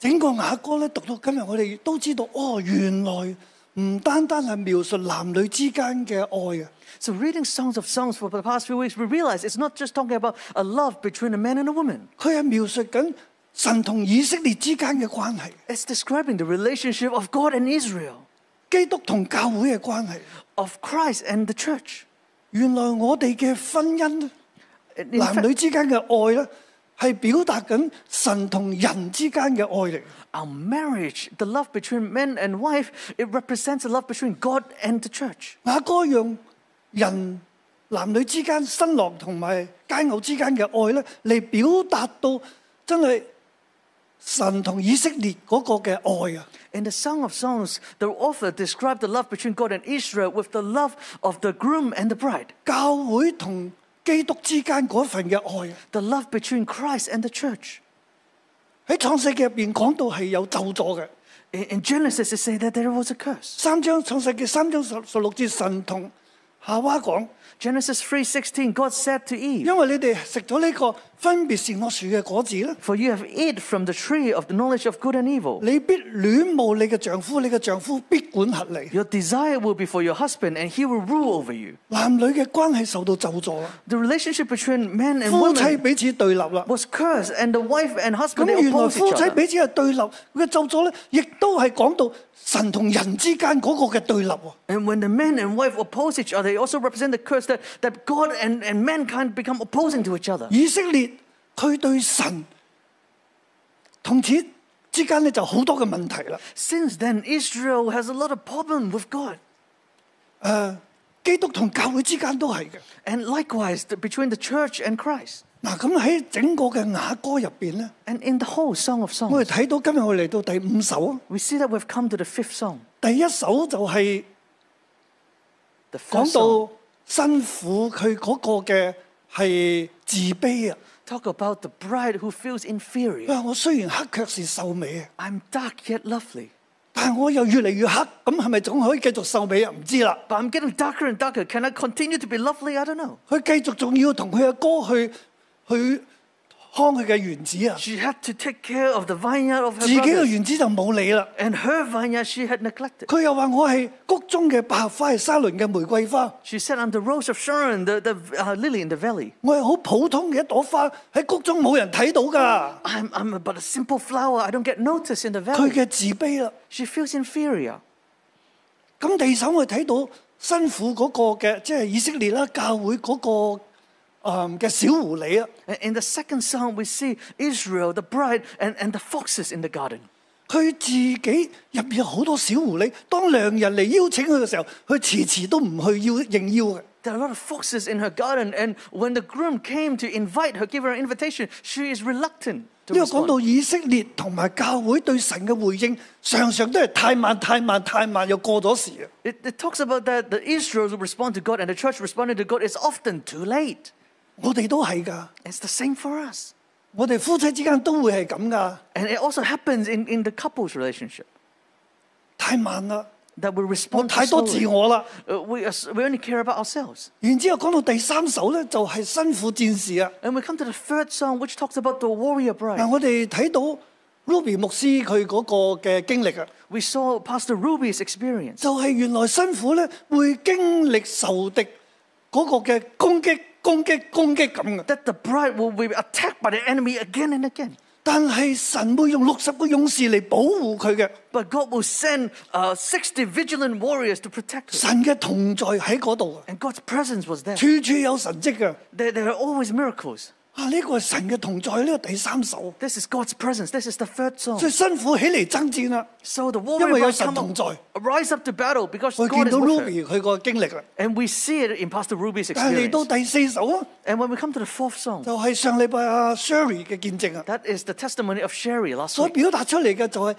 Speaker 10: 整個雅歌咧讀到今日，我哋都知道，哦，原來唔單單係描述男女之間嘅愛啊，
Speaker 7: So reading Songs of Songs for the past few weeks, we realize it's not just talking about a love between a man and a woman.
Speaker 10: 佢係描述緊神同以色列之間嘅關係，
Speaker 7: It's describing the relationship of God and Israel,
Speaker 10: 基督同教會嘅關係。
Speaker 7: of Christ and the church.
Speaker 10: 原來我哋嘅婚姻呢
Speaker 7: In in
Speaker 10: 男
Speaker 7: fact,
Speaker 10: 女之間嘅愛咧，係表達緊神同人之間嘅愛嚟。
Speaker 7: our marriage, the love between man and wife, it represents the love between God and the church.
Speaker 10: 雅歌讓人男女之間、新郎同埋佳偶之間嘅愛咧，嚟表達到真係神同以色列嗰個嘅愛啊！
Speaker 7: In the Song of Songs, the author described the love between God and Israel with the love of the groom and the bride,
Speaker 10: 教會同基督之間嗰份嘅愛啊！
Speaker 7: the love between Christ and the church.
Speaker 10: 喺創世記入邊講到係有咒詛嘅。
Speaker 7: In, in Genesis, it says that there was a curse.
Speaker 10: 三章創世記三章十十六節，神同夏娃講：
Speaker 7: Genesis 3:16, God said to Eve,
Speaker 10: 因為你哋食咗呢個分別善惡樹嘅果子咧。
Speaker 7: For you have eat from the tree of the knowledge of good and evil.
Speaker 10: 你必戀慕你嘅丈夫，你嘅丈夫必管轄你。
Speaker 7: Your desire will be for your husband, and he will rule over you.
Speaker 10: 男女嘅關係受到咒詛啦，
Speaker 7: The relationship between man and
Speaker 10: 夫妻
Speaker 7: woman
Speaker 10: 彼此對立啦。
Speaker 7: was cursed, and the wife and
Speaker 10: 咁
Speaker 7: husband they
Speaker 10: 原來
Speaker 7: opposed
Speaker 10: 夫
Speaker 7: each
Speaker 10: 妻
Speaker 7: other.
Speaker 10: 彼此係對立，佢嘅咒詛咧，亦都係講到神同人之間嗰個嘅對立喎。
Speaker 7: And when the man and wife oppose each other, it also represent the curse that, that God and, and mankind become opposing to each other.
Speaker 10: 以色列佢對神同此之間咧就好多嘅問題啦。
Speaker 7: Since then, Israel has a lot of problem with God.
Speaker 10: 基督同教會之間都係嘅。
Speaker 7: And likewise, the- between the church and Christ.
Speaker 10: 嗱，咁喺整個嘅雅歌入邊咧，
Speaker 7: And in the whole Song
Speaker 10: 我
Speaker 7: of
Speaker 10: 哋
Speaker 7: Songs,
Speaker 10: 睇到今日我哋嚟到第五首啊，
Speaker 7: we see that we've come to the fifth song.
Speaker 10: 第一首就係、
Speaker 7: The
Speaker 10: 講
Speaker 7: first song
Speaker 10: 到辛苦，佢嗰個嘅係自卑啊！
Speaker 7: talk about the bride who feels
Speaker 10: 佢
Speaker 7: inferior.
Speaker 10: 話我雖然黑，卻是秀美啊！
Speaker 7: I'm dark yet lovely.
Speaker 10: 但係我又越嚟越黑，咁係咪仲可以繼續秀美啊？唔知啦。
Speaker 7: But I'm getting darker and darker. Can I continue to be lovely? I don't know.
Speaker 10: 佢繼續仲要同佢嘅哥去去康佢嘅園子啊！
Speaker 7: She had to take care of the vineyard of her
Speaker 10: 自己嘅
Speaker 7: brothers.
Speaker 10: 園子就冇理啦。
Speaker 7: And her vineyard she had neglected.
Speaker 10: 佢又話我係谷中嘅百合花，係沙崙嘅玫瑰花。
Speaker 7: She sat on the rose of Sharon, the, the uh, lily in the valley.
Speaker 10: 我係好普通嘅一朵花，喺谷中冇人睇到㗎。
Speaker 7: I'm, I'm but a simple flower. I don't get noticed in the
Speaker 10: 佢
Speaker 7: valley.
Speaker 10: 嘅自卑啦。
Speaker 7: She feels inferior.
Speaker 10: 咁第二首我哋睇到辛苦嗰個嘅，即係以色列啦，教會嗰、個嗯嘅、小狐狸啊，
Speaker 7: And In the second song, we see Israel, the bride, and, and the foxes in the garden.
Speaker 10: 佢自己入面有好多小狐狸。當良人嚟邀請佢嘅時候，佢遲遲都唔去邀應邀嘅。
Speaker 7: There are a lot of foxes in her garden, and when the groom came to invite her, give her an invitation, she is reluctant. to
Speaker 10: 呢個講
Speaker 7: respond.
Speaker 10: 到以色列同埋教會對神嘅回應，常常都係太慢、太慢、太慢，又過咗時啊！
Speaker 7: It, it talks about that the Israel will respond to God and the church responding to God is often too late.
Speaker 10: 我哋都係㗎，
Speaker 7: It's the same for us.
Speaker 10: 我哋夫妻之間都會係咁㗎，
Speaker 7: And it also happens in, in the couple's relationship
Speaker 10: 太慢啦，
Speaker 7: that we
Speaker 10: 我
Speaker 7: respond
Speaker 10: 太
Speaker 7: too
Speaker 10: 多自
Speaker 7: slowly.
Speaker 10: 我啦。
Speaker 7: Uh, we, are s- we only care about ourselves.
Speaker 10: 然之後講到第三首咧，就係、辛苦戰士啊！
Speaker 7: And we come to the third song, which talks about the warrior
Speaker 10: 嗱，
Speaker 7: bride.
Speaker 10: 我哋睇到 Ruby 牧師佢嗰個嘅經歷啊，
Speaker 7: We saw Pastor Ruby's experience.
Speaker 10: 就係、原來辛苦咧會經歷仇敵嗰個嘅攻擊、攻擊、攻擊咁嘅。
Speaker 7: that the bride will be attacked by the enemy again and again.
Speaker 10: 但係神會用六十個勇士嚟保護佢嘅，
Speaker 7: But God will send uh, 60 vigilant warriors to protect her.
Speaker 10: 神嘅同在喺嗰度啊，
Speaker 7: And God's presence was there.
Speaker 10: 處處有神跡嘅。
Speaker 7: There, there are always miracles.
Speaker 10: 啊，呢、個係神嘅同在，呢、個第三首。
Speaker 7: This is God's presence. This is the third song.
Speaker 10: 所以辛苦起嚟爭戰啦，
Speaker 7: So the
Speaker 10: 因
Speaker 7: warrior
Speaker 10: 為有
Speaker 7: bride
Speaker 10: 神
Speaker 7: come
Speaker 10: 同
Speaker 7: up,
Speaker 10: 在。
Speaker 7: rise up to battle because
Speaker 10: 我見
Speaker 7: God is
Speaker 10: 到
Speaker 7: with her.
Speaker 10: Ruby 佢個經歷啦，
Speaker 7: And we see it in Pastor Ruby's
Speaker 10: 但係嚟
Speaker 7: experience.
Speaker 10: 到第四首啊，
Speaker 7: And when we come to the fourth song,
Speaker 10: 就係、上禮拜阿 Sherry 嘅見證啊，
Speaker 7: that is the testimony of Sherry last
Speaker 10: 所
Speaker 7: week.
Speaker 10: 表達出嚟嘅就係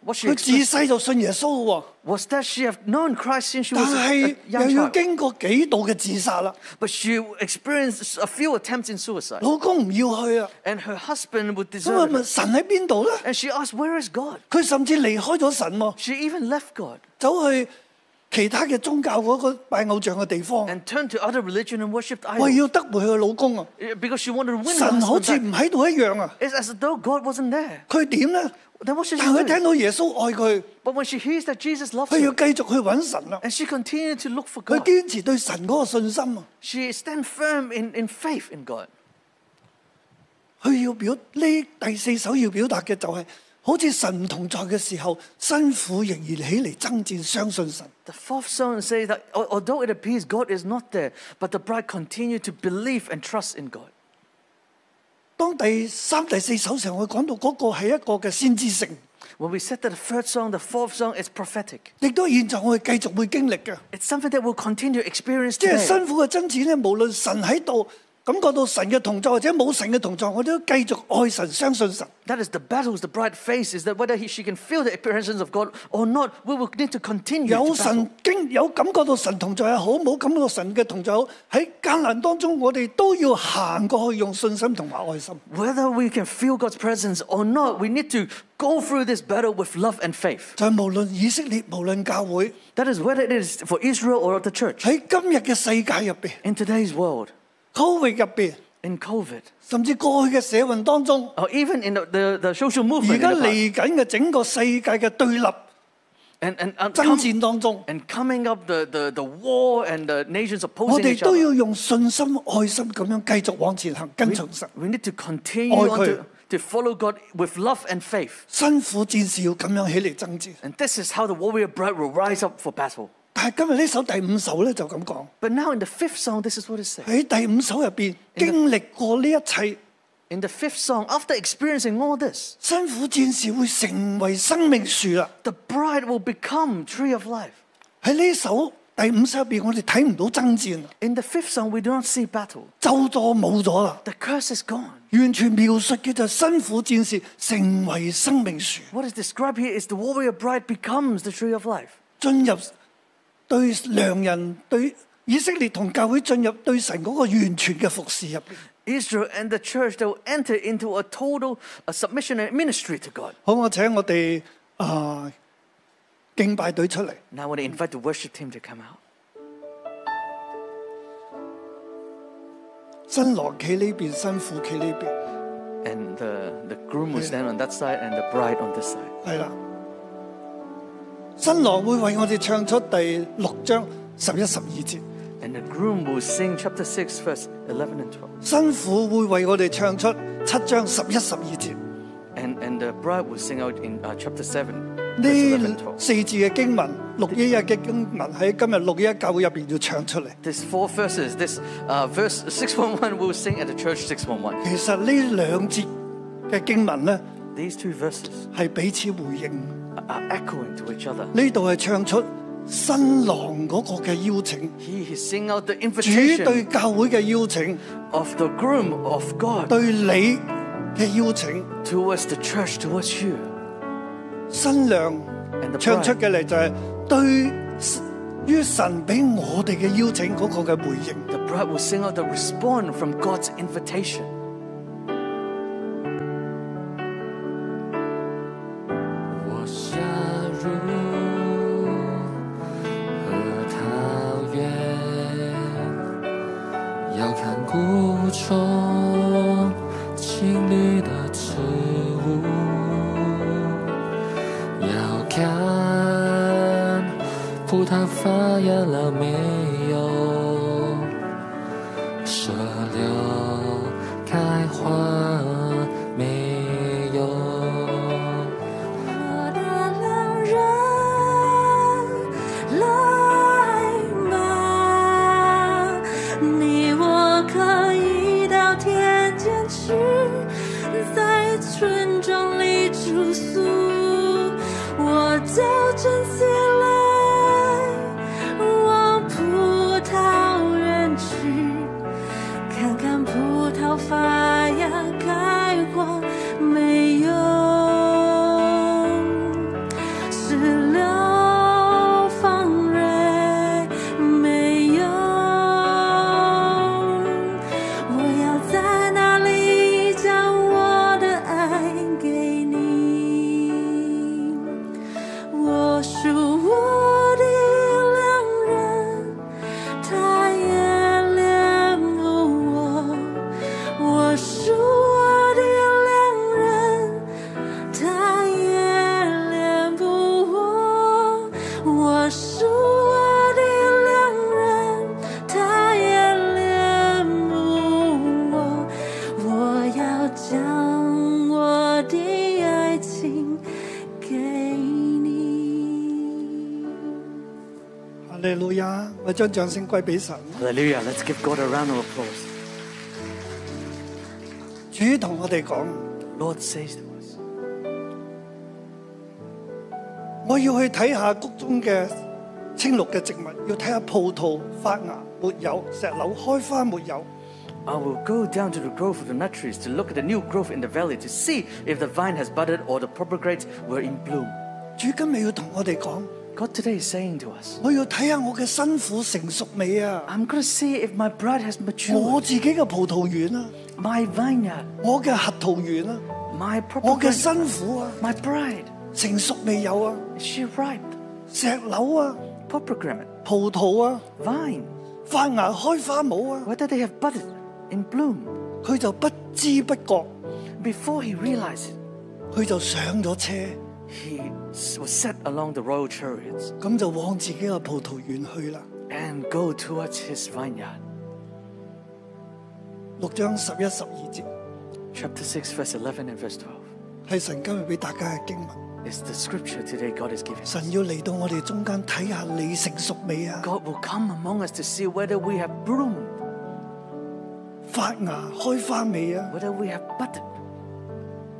Speaker 7: What she
Speaker 10: 佢自
Speaker 7: expressed
Speaker 10: 細就信耶穌嘅喎，
Speaker 7: was that she have known Christ since she
Speaker 10: 但
Speaker 7: was a,
Speaker 10: 係
Speaker 7: a
Speaker 10: 又
Speaker 7: young
Speaker 10: 要
Speaker 7: child.
Speaker 10: 經過幾度嘅自殺啦，
Speaker 7: But she experienced a few attempts in suicide.
Speaker 10: 老公唔要去啊，
Speaker 7: And her husband would
Speaker 10: 咁啊
Speaker 7: desert
Speaker 10: 咪
Speaker 7: her.
Speaker 10: 神喺邊度咧？
Speaker 7: And she asked, Where is God?
Speaker 10: 佢甚至離開咗神喎，
Speaker 7: She even left God
Speaker 10: 走去其他嘅宗教嗰個拜偶像嘅地方，
Speaker 7: and turned to other religion and worshipped
Speaker 10: 為
Speaker 7: idols
Speaker 10: 要得回佢老公啊，
Speaker 7: because she wanted to win her
Speaker 10: 神好似
Speaker 7: husband
Speaker 10: 唔
Speaker 7: back.
Speaker 10: 喺度一樣啊，
Speaker 7: It's as though God wasn't there.
Speaker 10: 佢點咧？
Speaker 7: Then what should
Speaker 10: 但
Speaker 7: she
Speaker 10: 佢聽
Speaker 7: do?
Speaker 10: 到耶穌愛佢，
Speaker 7: But when she hears that Jesus loves
Speaker 10: 佢要
Speaker 7: her
Speaker 10: 繼續去揾神啦，
Speaker 7: and she continued to look for
Speaker 10: 佢
Speaker 7: God,
Speaker 10: 堅持對神嗰個信心啊。
Speaker 7: she stand firm in, in faith in God.
Speaker 10: 佢要表呢第四首要表達嘅就係、好似神唔同在嘅時候，辛苦仍然起嚟爭戰，相信神。
Speaker 7: The fourth song says that al- although it appears God is not there, but the bride continued to believe and trust in God.
Speaker 10: 當第三、第四首時候，我講到嗰個係一個嘅先知性，
Speaker 7: When we said that the third song, the fourth song is prophetic.
Speaker 10: 亦都係現在我哋繼續會經歷嘅，
Speaker 7: It's something that we'll continue to experience
Speaker 10: 即係
Speaker 7: today.
Speaker 10: 辛苦嘅爭戰咧。無論神喺度，感覺到神嘅同在，或者冇神嘅同在，我都繼續愛神、相信神。
Speaker 7: That is the battles the bride faces. That whether he, she can feel the appearances of God or not, we will need to continue. to
Speaker 10: 有
Speaker 7: battle.
Speaker 10: 神經有感覺到神同在又好，冇感覺到神嘅同在又好，喺艱難當中，我哋都要行過去，用信心同埋愛心。
Speaker 7: Whether we can feel God's presence or not, we need to go through this battle with love and faith.
Speaker 10: 就係無論以色列，無論教會，
Speaker 7: That is whether it is for Israel or the church.
Speaker 10: 喺今日嘅世界入邊、
Speaker 7: In today's world,
Speaker 10: Covid 入邊，
Speaker 7: in COVID,
Speaker 10: 甚至過去嘅社運當中，
Speaker 7: or even in the, the, the social
Speaker 10: 而
Speaker 7: movement, in
Speaker 10: 家
Speaker 7: the past,
Speaker 10: 嚟緊嘅整個世界嘅對立
Speaker 7: and, and, and,
Speaker 10: 爭
Speaker 7: come-
Speaker 10: 戰當中，
Speaker 7: and coming up the, the, the war and the nations
Speaker 10: 我
Speaker 7: opposing
Speaker 10: 哋
Speaker 7: each
Speaker 10: 都
Speaker 7: other,
Speaker 10: 要用信心、愛心咁樣繼續往前行，跟從神。
Speaker 7: we need to continue
Speaker 10: Ôi
Speaker 7: on
Speaker 10: khơi.
Speaker 7: to, to follow God with love and faith.
Speaker 10: 辛苦戰士要咁樣起嚟爭戰。
Speaker 7: And this is how the warrior bride will rise up for battle.
Speaker 10: 但係今日呢首第五首咧就咁講，
Speaker 7: But now in the fifth song, this is what it says.
Speaker 10: 喺第五首入邊經歷過呢一切，
Speaker 7: In the fifth song, after experiencing all this,
Speaker 10: 辛苦戰士會成為生命樹啦。
Speaker 7: the bride will become tree of life.
Speaker 10: 喺呢首第五首入邊，我哋睇唔到爭戰，
Speaker 7: In the fifth song, we do not see battle.
Speaker 10: 咒咗冇咗啦。
Speaker 7: The curse is gone.
Speaker 10: 完全描述嘅就係辛苦戰士成為生命樹，
Speaker 7: What is described here is the warrior bride becomes the tree of life.
Speaker 10: 進入對良人、對以色列同教會進入對神嗰個完全嘅服侍入邊。
Speaker 7: Israel and the church, they will enter into a total uh submission and ministry to God.
Speaker 10: 好，我請我哋啊、敬拜隊出嚟。
Speaker 7: Now I want to invite the worship team to come out.
Speaker 10: 新郎企呢邊，新婦企呢邊，
Speaker 7: And the, the groom will stand on that side and the bride on this side.
Speaker 10: 係啦。新郎會為我哋唱出第六章十一、十二節，
Speaker 7: And the groom will sing chapter 6, verse 11 and 12.
Speaker 10: 新婦會為我哋唱出七章十一、十二節。
Speaker 7: And, and the bride will sing out in uh, chapter 7, verse 11 and
Speaker 10: 呢
Speaker 7: 12.
Speaker 10: 四字嘅經文，六一一嘅經文喺今日六一一教會入邊要唱出嚟。
Speaker 7: These four verses, this uh, verse 611 we'll sing at the church 611.
Speaker 10: 其實呢兩節嘅經文呢，
Speaker 7: These two verses
Speaker 10: 係彼此回應。
Speaker 7: are, are echoing to each other.
Speaker 10: 呢度係唱出新郎嗰個嘅邀請，
Speaker 7: He is singing out the
Speaker 10: 主
Speaker 7: invitation
Speaker 10: 對教會嘅邀請，
Speaker 7: of the groom of God
Speaker 10: 對你嘅邀請。
Speaker 7: Towards the church, towards you.
Speaker 10: 新娘
Speaker 7: the bride.
Speaker 10: 唱出嘅嚟就係對於神俾我哋嘅邀請嗰個嘅回應。
Speaker 7: The bride will sing out the response from God's invitation.
Speaker 11: 我下入荷桃园，遥看谷中青绿的植物，遥看葡萄发芽了没有，石榴开花没有。
Speaker 12: 我的良人来吗？你我可以到田间去，在村庄里住宿。我就珍惜来往葡萄园去。看看葡萄发芽开花没有？石榴放蕊没有？我要在哪里将我的爱给你？我属我的良人。他也恋慕我，我是我的良人，他也恋慕我，我是我的良人，他也恋慕我，我要将我的爱情给你。
Speaker 10: 哈利路亞！我將掌聲歸俾神。
Speaker 7: Hallelujah. Let's give God a round of applause.
Speaker 10: 主同我哋講
Speaker 7: Lord says to us,
Speaker 10: 我要去睇下谷中嘅青綠嘅植物，要睇下葡萄發芽沒有，石榴開花沒有。
Speaker 7: I will go down to the grove of the nut trees to look at the new growth in the valley to see if the vine has budded or the pomegranates were in bloom.
Speaker 10: 主今日要同我哋講，
Speaker 7: God today is saying to us,
Speaker 10: 我要睇下我嘅辛苦成熟未啊！
Speaker 7: I'm going to see if my bride has
Speaker 10: 我
Speaker 7: matured,
Speaker 10: 自己嘅葡萄園啊，
Speaker 7: my vineyard,
Speaker 10: 我嘅核桃園啊，
Speaker 7: my
Speaker 10: 我嘅
Speaker 7: pomegranate,
Speaker 10: 辛苦啊，
Speaker 7: my bride.
Speaker 10: 成熟未有啊？
Speaker 7: Is she ripe?
Speaker 10: 石榴啊，
Speaker 7: Pomegranate,
Speaker 10: 葡萄啊，
Speaker 7: vine,
Speaker 10: 發芽開花冇啊？
Speaker 7: whether they have budded in bloom.
Speaker 10: 佢就不知不覺，
Speaker 7: Before he realized it,
Speaker 10: 佢就上咗車。
Speaker 7: he s- was set along the royal chariots
Speaker 10: 咁就往自己嘅葡萄園去啦。
Speaker 7: and go towards his vineyard.
Speaker 10: 六章十一、十二節
Speaker 7: Chapter 6, verse 11 and verse 12
Speaker 10: 係神今日俾大家嘅經文。
Speaker 7: is the scripture today God is giving.
Speaker 10: 神要嚟到我哋中間睇下你成熟未啊？
Speaker 7: God will come among us to see whether we have bloomed,
Speaker 10: 發芽開花未啊？
Speaker 7: whether we have budded.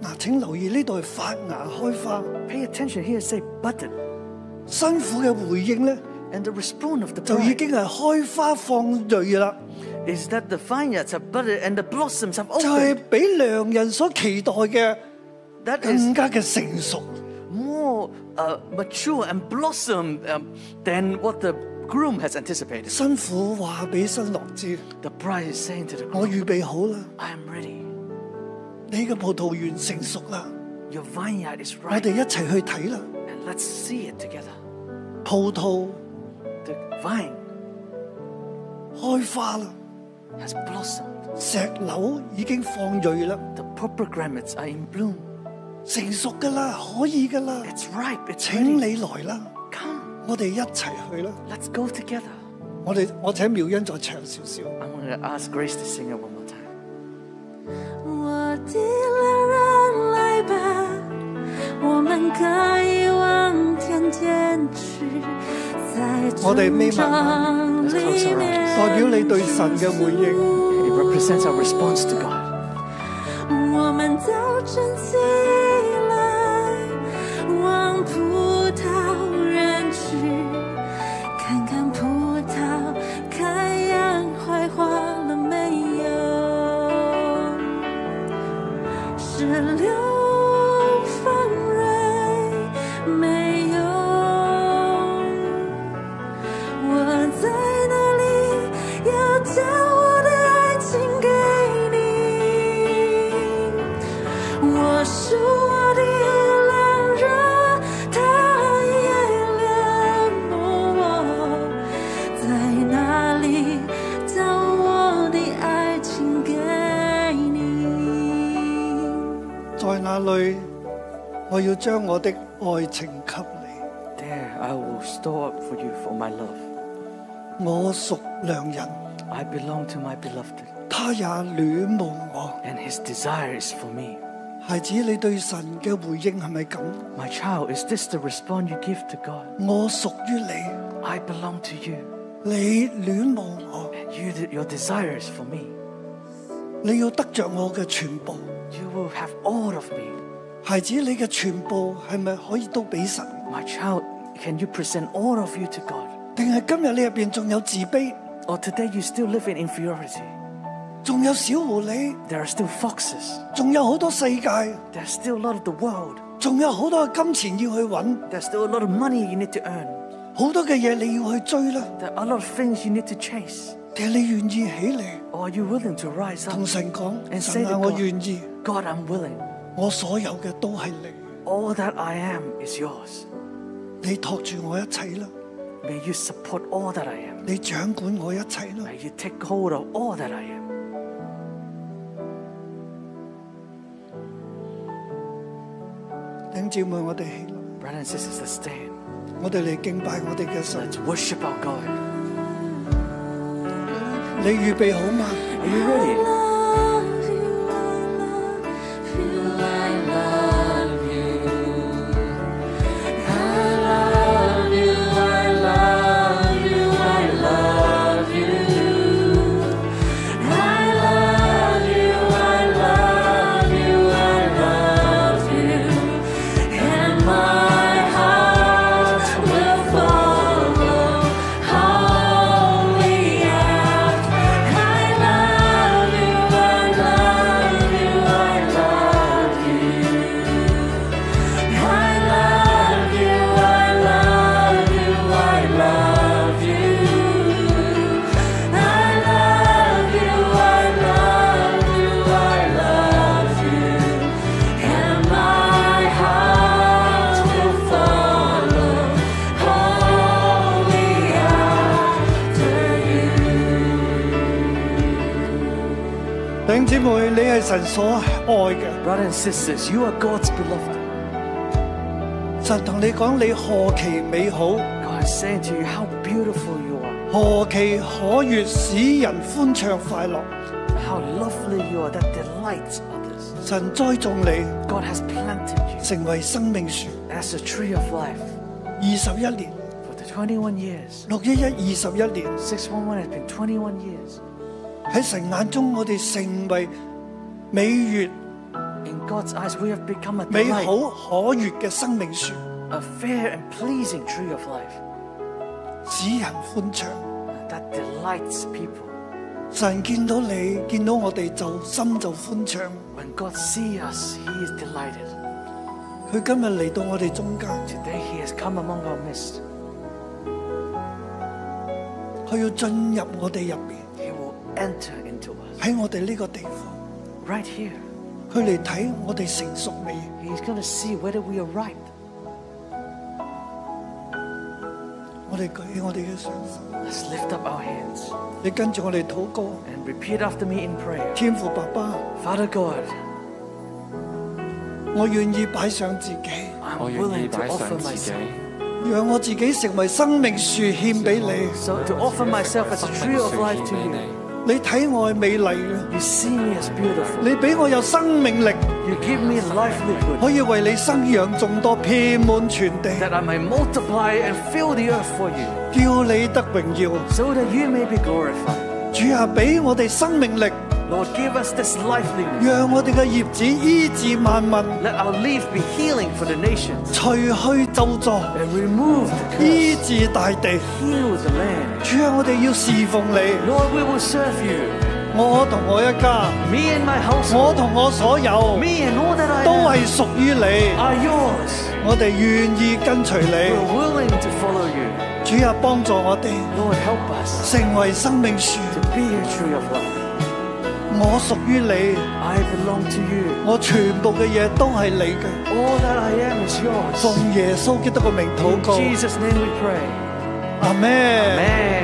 Speaker 10: 嗱，請留意呢度係發芽開花，
Speaker 7: Pay attention here, say budded.
Speaker 10: 辛苦嘅回應咧
Speaker 7: And the response of the
Speaker 10: 就已
Speaker 7: bride
Speaker 10: 經係開花放蕊啦，
Speaker 7: is that the vineyards have budded and the blossoms have
Speaker 10: 就係
Speaker 7: opened.
Speaker 10: 俾良人所期待嘅
Speaker 7: That is
Speaker 10: 更加嘅成熟。
Speaker 7: more uh, mature and blossomed um, than what the groom has anticipated.
Speaker 10: 辛苦話俾新郎知，
Speaker 7: The bride is saying to the
Speaker 10: 我
Speaker 7: groom,
Speaker 10: 預備好啦，
Speaker 7: I am ready.
Speaker 10: 你嘅葡萄園成熟啦，
Speaker 7: Your vineyard is
Speaker 10: 我
Speaker 7: ripe,
Speaker 10: 哋一齊去睇啦。
Speaker 7: and let's see it together.
Speaker 10: 葡萄
Speaker 7: The vine
Speaker 10: 開花啦，
Speaker 7: has blossomed.
Speaker 10: 石榴已經放蕊啦，
Speaker 7: The pomegranates are in bloom.
Speaker 10: 成熟噶啦，可以噶啦，
Speaker 7: It's ripe. It's
Speaker 10: 請
Speaker 7: ready.
Speaker 10: 你來啦，
Speaker 7: Come,
Speaker 10: 我哋一齊去啦。
Speaker 7: let's go together.
Speaker 10: 我哋我請妙欣再唱少少。
Speaker 7: I'm going to ask Grace to sing it one more time.
Speaker 12: 我的良人来吧，我们可以往天间去，在
Speaker 10: 我哋眯
Speaker 12: 村
Speaker 10: 埋
Speaker 12: 庄
Speaker 7: Let's close
Speaker 12: 里
Speaker 7: our eyes.
Speaker 12: 面。
Speaker 10: 代表你對神嘅回應，
Speaker 7: It represents our response to God.
Speaker 12: 我们早晨起来，往葡萄园去，看看葡萄开芽开花了没有。石是我的良人，他也怜慕我。在哪里将我的爱情给你？
Speaker 10: 在那里，我要將我的愛情給
Speaker 7: There I will store up for you for my love.
Speaker 10: 你。我屬良人，
Speaker 7: I belong to my beloved,
Speaker 10: 他也戀慕我。
Speaker 7: and his desire is for me.
Speaker 10: 孩子，你對神嘅回應係咪咁？
Speaker 7: My child, is this the response you give to God?
Speaker 10: 我屬於你，
Speaker 7: I belong to you.
Speaker 10: 你戀慕我，
Speaker 7: You, your desire is for me.
Speaker 10: 你要得着我嘅全部。
Speaker 7: You will have all of me.
Speaker 10: 孩子，你嘅全部係咪可以都俾神？
Speaker 7: My child, can you present all of you to God?
Speaker 10: 定係今日你入邊仲有自卑，
Speaker 7: Or today you still live in inferiority?
Speaker 10: 仲有小狐狸，
Speaker 7: There are still foxes.
Speaker 10: 仲有好多世界，
Speaker 7: There's still a lot of the world.
Speaker 10: 仲有好多嘅金錢要去揾，
Speaker 7: There's still a lot of money you need to earn.
Speaker 10: 好多嘅嘢你要去追啦。
Speaker 7: There are a lot of things you need to chase.
Speaker 10: 其實你願意起嚟
Speaker 7: Or are you willing to rise up?
Speaker 10: 同神講，神
Speaker 7: And say
Speaker 10: 啊，
Speaker 7: to
Speaker 10: 我
Speaker 7: God,
Speaker 10: 願意，
Speaker 7: God, I'm willing.
Speaker 10: 我所有嘅都係你，
Speaker 7: All that I am is yours.
Speaker 10: 你托住我一切啦，
Speaker 7: May you support all that I am.
Speaker 10: 你掌管我一切啦。
Speaker 7: May you take hold of all that I am.
Speaker 10: 弟兄姊妹，我哋起立，
Speaker 7: Brothers and sisters, let's stand.
Speaker 10: 我哋嚟敬拜我哋嘅神。
Speaker 7: Let's worship our God.
Speaker 10: 你預備好嗎？
Speaker 7: Are you ready?
Speaker 10: 弟兄姊妹，你係神所愛嘅，
Speaker 7: Brothers and sisters, you are God's beloved.
Speaker 10: 神同你講，你何其美好，
Speaker 7: God is saying to you how beautiful you are,
Speaker 10: 何其可悦，使人歡暢快樂。
Speaker 7: how lovely you are that delights others.
Speaker 10: 神栽種你
Speaker 7: God has planted you
Speaker 10: 成為生命樹，
Speaker 7: as a tree of life
Speaker 10: 二十一年，
Speaker 7: for the 21 years.
Speaker 10: 六一一二十一年
Speaker 7: 611 has been 21 years.
Speaker 10: 喺神眼中，我哋成為美悦、
Speaker 7: In God's eyes, we have become a
Speaker 10: 美
Speaker 7: delight,
Speaker 10: 好、可悦嘅生命樹，
Speaker 7: a fair and pleasing tree of life
Speaker 10: 使人歡暢。
Speaker 7: that delights people.
Speaker 10: 神見到你，見到我哋就心就歡暢。
Speaker 7: When God sees us, He is delighted.
Speaker 10: 佢今日嚟到我哋中間，
Speaker 7: Today, He has come among our midst.
Speaker 10: 佢要進入我哋入邊，
Speaker 7: He will enter into us.
Speaker 10: 喺我哋呢個地方，
Speaker 7: Right here,
Speaker 10: 佢嚟睇我哋成熟未。
Speaker 7: He is going to see whether we are ripe.
Speaker 10: 我哋舉起我哋嘅雙手，
Speaker 7: Let's lift up our hands
Speaker 10: 你跟住我哋禱告。
Speaker 7: and repeat after me in prayer.
Speaker 10: 天父爸爸，
Speaker 7: Father God,
Speaker 10: 我願意擺上自己。
Speaker 7: I'm
Speaker 4: 我願意
Speaker 7: willing
Speaker 4: 擺
Speaker 7: to
Speaker 4: 上
Speaker 7: offer
Speaker 4: 自己
Speaker 7: myself.，
Speaker 10: 让我自己成为生命树献俾你。
Speaker 7: So to offer myself as a tree of life
Speaker 4: 獻
Speaker 7: to
Speaker 4: 俾
Speaker 7: you.
Speaker 4: 你。
Speaker 10: 你睇我系美丽嘅，
Speaker 7: You see me as beautiful.
Speaker 10: 你俾我有生命力，
Speaker 7: You give me livelihood
Speaker 10: 可以为你生养众多，遍满全地，
Speaker 7: that I may multiply and fill the earth for you,
Speaker 10: 叫你得荣耀。
Speaker 7: so that you may be glorified.
Speaker 10: 主啊，俾我哋生命力，
Speaker 7: Lord, give us this liveliness.
Speaker 10: 让我哋嘅叶子医治万民，
Speaker 7: Let our leaf be healing for the nations
Speaker 10: 除去咒助，
Speaker 7: and remove the
Speaker 10: 医
Speaker 7: curse.
Speaker 10: 治大地。
Speaker 7: Heal the land.
Speaker 10: 主啊，我哋要侍奉你，
Speaker 7: Lord, we will serve you.
Speaker 10: 我同我一家，
Speaker 7: Me and my
Speaker 10: 我
Speaker 7: household.
Speaker 10: 同我所有
Speaker 7: Me and all that I
Speaker 10: 都
Speaker 7: am
Speaker 10: 系属于你。
Speaker 7: are yours.
Speaker 10: 我哋愿意跟随你，
Speaker 7: We're willing to follow you.
Speaker 10: 主啊，帮助我哋
Speaker 7: Lord, help us
Speaker 10: 成为生命树。
Speaker 7: to be a tree of life.
Speaker 10: 唔我屬於你。
Speaker 7: I belong to you。
Speaker 10: 我全部嘅嘢都係你嘅。
Speaker 7: All that I am is yours。
Speaker 10: 奉耶穌基督嘅名禱
Speaker 7: In
Speaker 10: 告。
Speaker 7: Jesus' name we pray。
Speaker 10: 阿咩？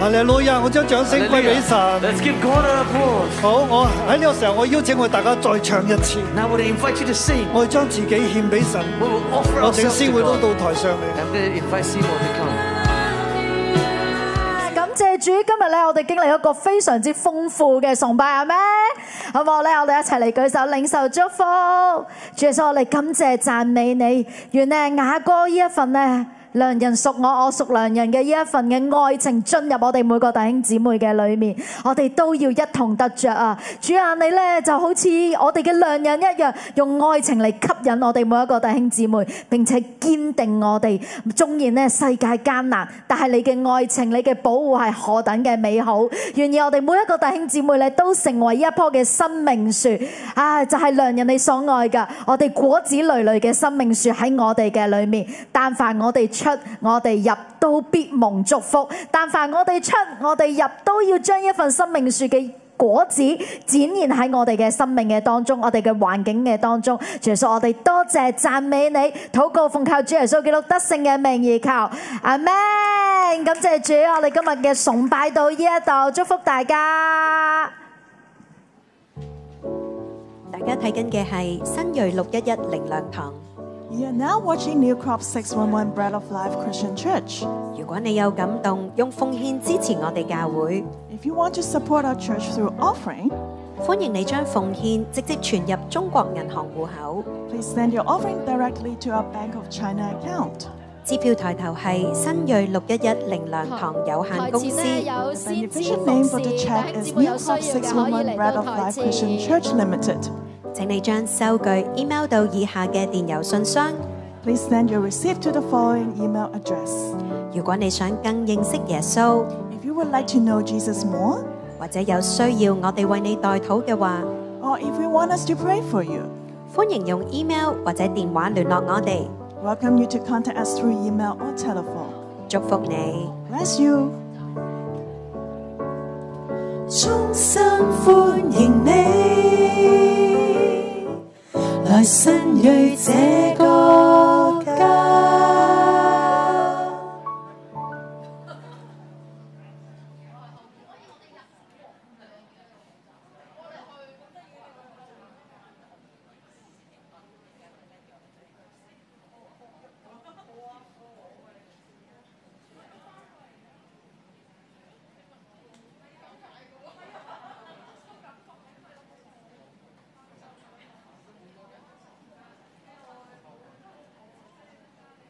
Speaker 10: 阿利路亞，我將掌聲歸俾神。
Speaker 7: Let's give God an applause。
Speaker 10: 好，我喺呢個時候，我邀請我哋大家再唱一次。
Speaker 7: Now we invite you to sing。
Speaker 10: 我哋將自己獻俾神。
Speaker 7: We will offer
Speaker 10: 我請
Speaker 7: ourselves
Speaker 10: 師
Speaker 7: to
Speaker 10: 會都
Speaker 7: God。
Speaker 10: 到台上嚟。
Speaker 7: I'm going to invite Seymour to come。
Speaker 13: 感謝主，今日咧我哋經歷一個非常之豐富嘅崇拜，阿咩？好唔好咧？我哋一齊嚟舉手領受祝福。主耶穌，我哋感謝讚美你，願咧雅歌呢一份咧良人屬我，我屬良人嘅呢一份嘅愛情進入我哋每個弟兄姊妹嘅裏面，我哋都要一同得着啊！主啊，你咧就好似我哋嘅良人一樣，用愛情嚟吸引我哋每一個弟兄姊妹，並且堅定我哋。縱然咧世界艱難，但係你嘅愛情、你嘅保護係何等嘅美好。願意我哋每一個弟兄姊妹咧都成為一棵嘅生命樹，啊，就係、良人你所愛嘅，我哋果子累累嘅生命樹喺我哋嘅裏面。但凡我哋出，我哋入都必蒙祝福；但凡我哋出，我哋入都要將一份生命樹嘅。果子展現喺我哋嘅生命嘅當中，我哋嘅環境嘅當中。主耶穌，我哋多謝讚美你，禱告奉靠主耶穌基督得勝嘅名而求，阿門。感謝主，我哋今日嘅崇拜到呢一度，祝福大家。
Speaker 14: 大家睇緊嘅係新锐六一一靈糧堂。
Speaker 15: You are now watching New Crop 611 Bread of Life Christian Church.
Speaker 14: 如果你有感動，用奉獻支持我哋教會，
Speaker 15: If you want to support our church through offering,
Speaker 14: 歡迎你將奉獻直接存入中國銀行户口。
Speaker 15: please send your offering directly to our Bank of China account.
Speaker 14: 支票抬頭係新锐六一一靈糧堂有限公司。
Speaker 1: 台前咧有先
Speaker 15: The
Speaker 1: 知
Speaker 15: official
Speaker 1: 服
Speaker 15: name for
Speaker 1: 侍，
Speaker 15: the
Speaker 1: 弟
Speaker 15: check
Speaker 1: 兄姊
Speaker 15: is
Speaker 1: 妹
Speaker 15: New
Speaker 1: 有需要嘅可
Speaker 15: Crop
Speaker 1: 以
Speaker 15: 611
Speaker 1: 嚟
Speaker 15: Bread
Speaker 1: 到
Speaker 15: of
Speaker 1: 台
Speaker 15: Life
Speaker 1: 前。
Speaker 15: Christian Church Limited.
Speaker 14: 請你將收據 email 到以下嘅電郵信箱。
Speaker 15: Please send your receipt to the following email address.
Speaker 14: 如果你想更認識耶穌，
Speaker 15: If you would like to know Jesus more,
Speaker 14: 或者有需要我哋為你代禱嘅話，
Speaker 15: or if you want us to pray for you,
Speaker 14: 歡迎用 email 或者電話聯絡我哋。
Speaker 15: welcome you to contact us through email or telephone.
Speaker 14: 祝福你。
Speaker 15: Bless you.
Speaker 12: 衷心歡迎你，來新锐這個